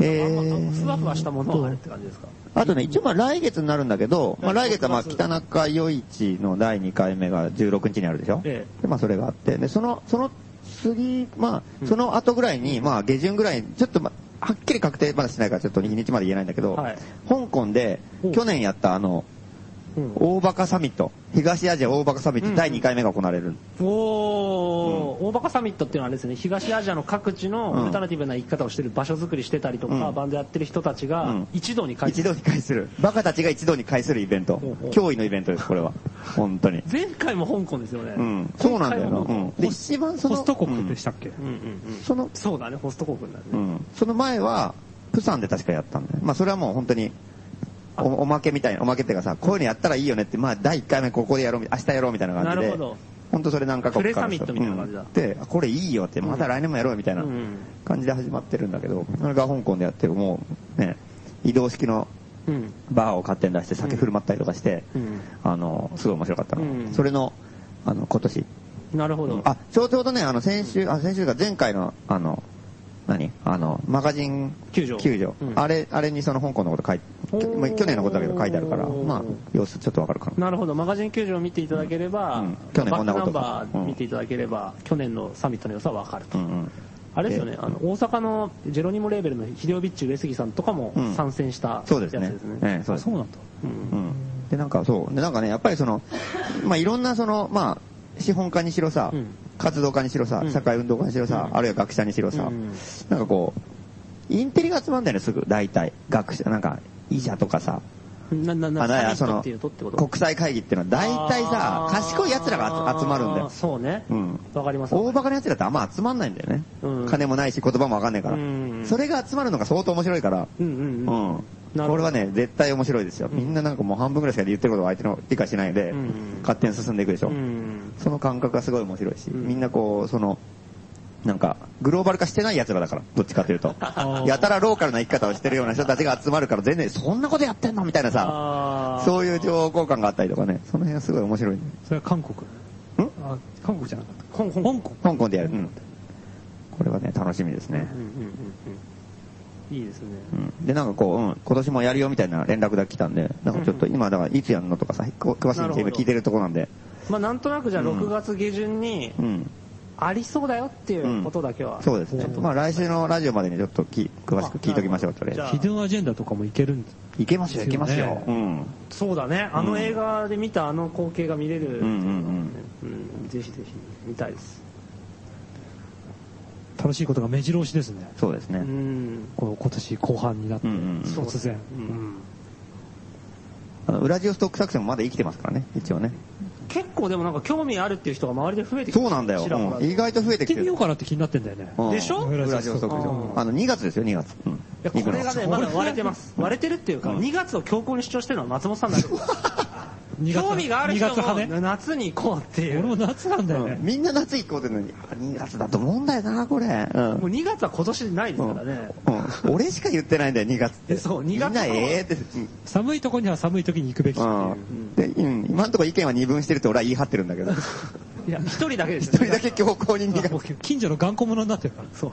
S4: えー、
S6: ふわふわしたものはあるって感じですか
S4: あとね、一応まあ来月になるんだけど、まあ来月はまあ
S6: 6月
S4: 北中余市の第2回目が16日にあるでしょ、
S6: え
S4: で、まあそれがあって、で、その、その次、まあ、その後ぐらいに、まあ下旬ぐらいに、ちょっとまあ、はっきり確定まだしないからちょっと日にちまで言えないんだけど、
S6: はい
S4: 香港で去年やったあの、大バカサミット、東アジア大バカサミット第2回目が行われる。
S6: おー、大バカサミットっていうのはあれですね、東アジアの各地
S4: うん
S6: のオルタナティブな生き方をしてる場所づくりしてたりとか、
S4: うん
S6: バンドやってる人たち
S4: う
S6: が
S4: ん
S6: 一堂に会
S4: 一堂に会する。バカたちが一堂に会するイベント
S6: ほうほう。
S4: 脅威のイベントです、これは。本当に。
S6: 前回も香港ですよね。
S4: うん。そうなんだよな。うん。で、一番その、
S3: ホスト
S4: う
S3: 国
S4: ん
S3: でしたっけ、
S6: うんうんうん。
S4: その
S6: そうだね、ホスト国になる
S4: う
S6: ね。
S4: ん。その前は、プサンで確かやったんだよ。まあそれはもう本当に、おおまけみたいな、おまけっていうかさ、こういうのやったらいいよねって、まあ第1回目ここでやろうみ、明日やろうみたいな感じで。
S6: なるほど
S4: 本当それ何回か
S6: プレサミットみたいな感じだ
S4: うんで、あこれいいよって、また来年もやろうみたいな
S6: うん
S4: 感じで始まってるんだけど、それが香港でやってる、もうね、移動式の
S6: うん。
S4: バーを勝手に出して酒振る舞ったりとかして、
S6: うん
S4: あの、すごい面白かったの。
S6: うん
S4: それの、あの、今年、
S6: なるほど。
S4: あ、ちょうどね、あの、先週、あ、先週が前回の、あの、何あの、マガジン
S6: 球場
S4: 球場
S6: うん
S4: あれ、あれにその香港のこと書い
S6: お
S4: て、
S6: ー
S4: まあ去年のことだけど書いてあるから、まあ、様子ちょっとわかるかな。
S6: なるほど、マガジン球場を見ていただければ、
S4: うんうん去年
S6: バ
S4: こん
S6: ッ
S4: な
S6: ク
S4: こ
S6: ナン
S4: とが
S6: バー見ていただければ、去年のサミットの良さは分かると。
S4: うんうん。
S6: あれですよね、あの、大阪のジェロニモレーベルのヒデオビッチ上杉さんとかも
S4: うん
S6: 参戦したやつ
S4: そう
S6: で
S4: です
S6: す
S4: ね
S6: ね。。
S4: ええそうです
S3: そうなんだ。
S6: うん
S4: うんで、なんかそう。で、なんかね、やっぱりその、まあ、いろんなその、まあ、資本家にしろさ、
S6: うん
S4: 活動家にしろさ、
S6: うん
S4: 社会運動家にしろさ、あるいは学者にしろさ、
S6: うん
S4: なんかこう、インテリが集まるんだよね、すぐ、大体。学者、なんか、医者とかさ、
S6: な、な、
S4: あ
S6: な、
S4: だから
S6: サ
S4: そ
S6: ミット
S4: の
S6: っていうとってこと
S4: 国際会議っていうのは大体さ
S6: あ、ー
S4: 賢い奴らが集集まるんだよ。
S6: そうね。
S4: うん。
S6: わかります。
S4: 大バカな奴らってあんま集まんないんだよね。
S6: うん
S4: 金もないし言葉もわかんないから
S6: う。ん
S4: それが集まるのが相当面白いから。
S6: うんうん
S4: う
S6: うん。
S4: ん。
S6: なるほど
S4: これはね、絶対面白いですよ。みんななんかもう半分ぐらいしか言ってることを相手の理解しないで
S6: うん、
S4: 勝手に進んでいくでしょ
S6: う。ん。
S4: その感覚がすごい面白いし、
S6: ん
S4: みんなこう、その、なんか、グローバル化してない奴らだから、どっちかと いうと。やたらローカルな生き方をしてるような人たちが集まるから、全然、そんなことやってんのみたいなさ、
S6: あ
S4: そういう情報交換があったりとかね、その辺はすごい面白いね。
S3: それは韓国。
S4: ん
S3: あ、韓国じゃなかった。
S6: あ、香港。
S3: 香港。
S4: 香港でやる。うん。これはね、楽しみですね
S6: うん。うんうんうん。いいですね。
S4: うん。で、なんかこう、うん、今年もやるよみたいな連絡が来たんで、なんかちょっと今、だからいつやるのとかさ、こう詳しい
S6: なるほど
S4: 今聞いてるとこなんで、
S6: まあなんとなくじゃあ
S4: うん
S6: 6月下旬に
S4: うん。
S6: ありそうだよっていうことだけは。
S4: そうですね。まあ来週のラジオまでにちょっとき詳しく聞いときましょう、とり
S6: じ
S4: あ
S6: ゃ
S4: え
S6: あ
S3: ヒドゥンアジェンダとかもいけるんで
S4: ず。いけますよ、いけますよ。うん。
S6: そうだね。あの映画で見たあの光景が見れる。
S4: うんうん
S6: うんぜひぜひ見たいです。
S3: 楽しいことが目白押しですね。
S4: そうです
S6: う
S4: ね。
S6: ん。
S3: こう今年後半になって、
S4: うんうんうん
S3: 突然。
S6: うん
S4: あのウラジオストック作戦もまだ生きてますからね、一応ね。
S6: 結構でもなんか興味あるっていう人が周りで増えてきて
S4: そうなんだよ。
S6: ちらほら
S4: うん意外と増えてき
S3: 行っててみよ
S4: る
S3: う。かなって気になってんだよね。
S4: うん
S6: でしょ
S4: ウラジオストックでしょ。あの、2月ですよ、2月。うん
S6: いやこれがね、まだ割れてます。割れてるっていうか、
S4: うん
S6: 2月を強行に主張してるのは松本さんだけ
S3: 2月
S6: 興味がある人
S3: 2月
S6: も
S3: 派ね。
S6: 夏に行こうってい
S3: 俺
S6: う。も
S3: も夏なんだよ
S4: うん
S3: ね。
S4: みんな夏行こうってのに、あ2月だと思うんだよな、これ。うん
S6: う2月は今年ないですからね。
S4: うん俺しか言ってないんだよ、2月って。
S6: そう
S4: み
S6: 2
S4: んな
S6: 月
S4: ええって。
S3: 寒いとこには寒い時に行くべきって
S4: う。
S3: いうん
S4: で、うん、今のところ意見は二分してるって俺は言い張ってるんだけど、
S6: いや、1人だけです
S4: 一人だけ強行に2
S3: もう
S4: 月。
S3: 近所の頑固者になってるから。そう。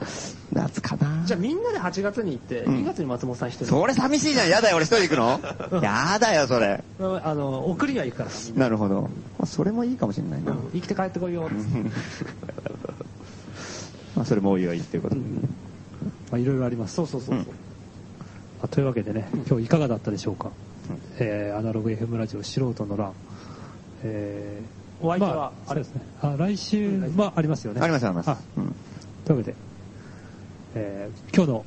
S4: 夏かな
S6: じゃあみんなで8月に行って、
S4: ん
S6: 2月に松本さん1人。
S4: それ寂しいじゃん、やだよ、俺一人行くのやだよ、それ。
S6: あの、送りには行くから。
S4: なるほど。まあそれもいいかもしれないな。
S6: うん生きて帰ってこいよ。
S4: まあ、それもおいおいっていうことでね。
S3: まあいろいろあります。
S6: そうそうそうそう。
S3: あというわけでね、今日いかがだったでしょうか。えーアナログ FM ラジオ素人の欄。えー
S6: お相手は
S3: まあ、あれですね。あ、来週、まあありますよね。
S4: ありますあります
S3: あ。
S4: うん
S3: というわけで、えー今日の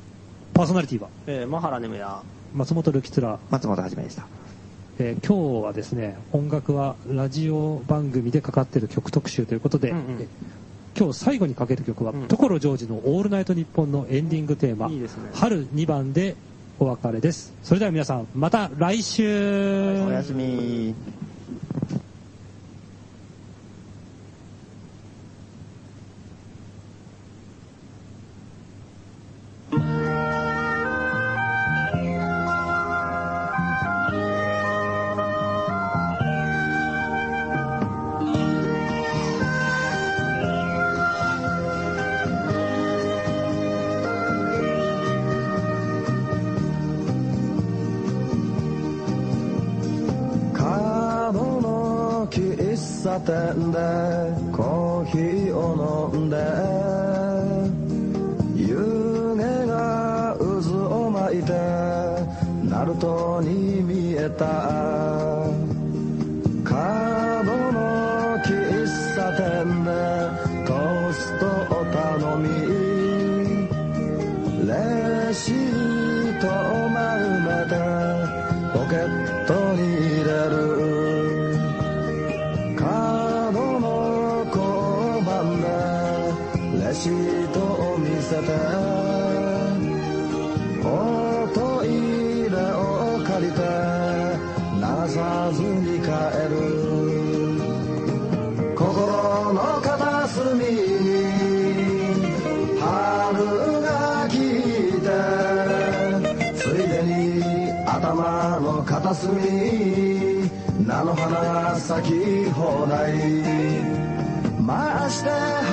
S3: パーソナリティは、
S6: えー、マハラネムや。
S3: 松本るきつら、
S4: 松本はじめでした。
S3: えー今日はですね、音楽はラジオ番組でかかってる曲特集ということで、
S6: うんうん
S3: え今日最後にかける曲は、
S6: うん
S3: 所ジョージのオールナイトニッポンのエンディングテーマ、
S6: いいですね
S3: 春2番でお別れです。それでは皆さん、また来週
S4: おやすみ。
S10: カーブの喫茶店でコーヒーを飲んで湯気が渦を巻いてナルトに見えたカーブの喫茶店でトーストを頼みレシートを丸めてポケットに入れるカードの交番でレシートを見せておトイレを借りて流さずに帰る心の片隅に春が来てついでに頭の片隅に菜の花咲き放題まして春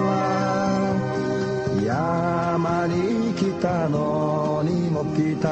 S10: は山に来たのにも来た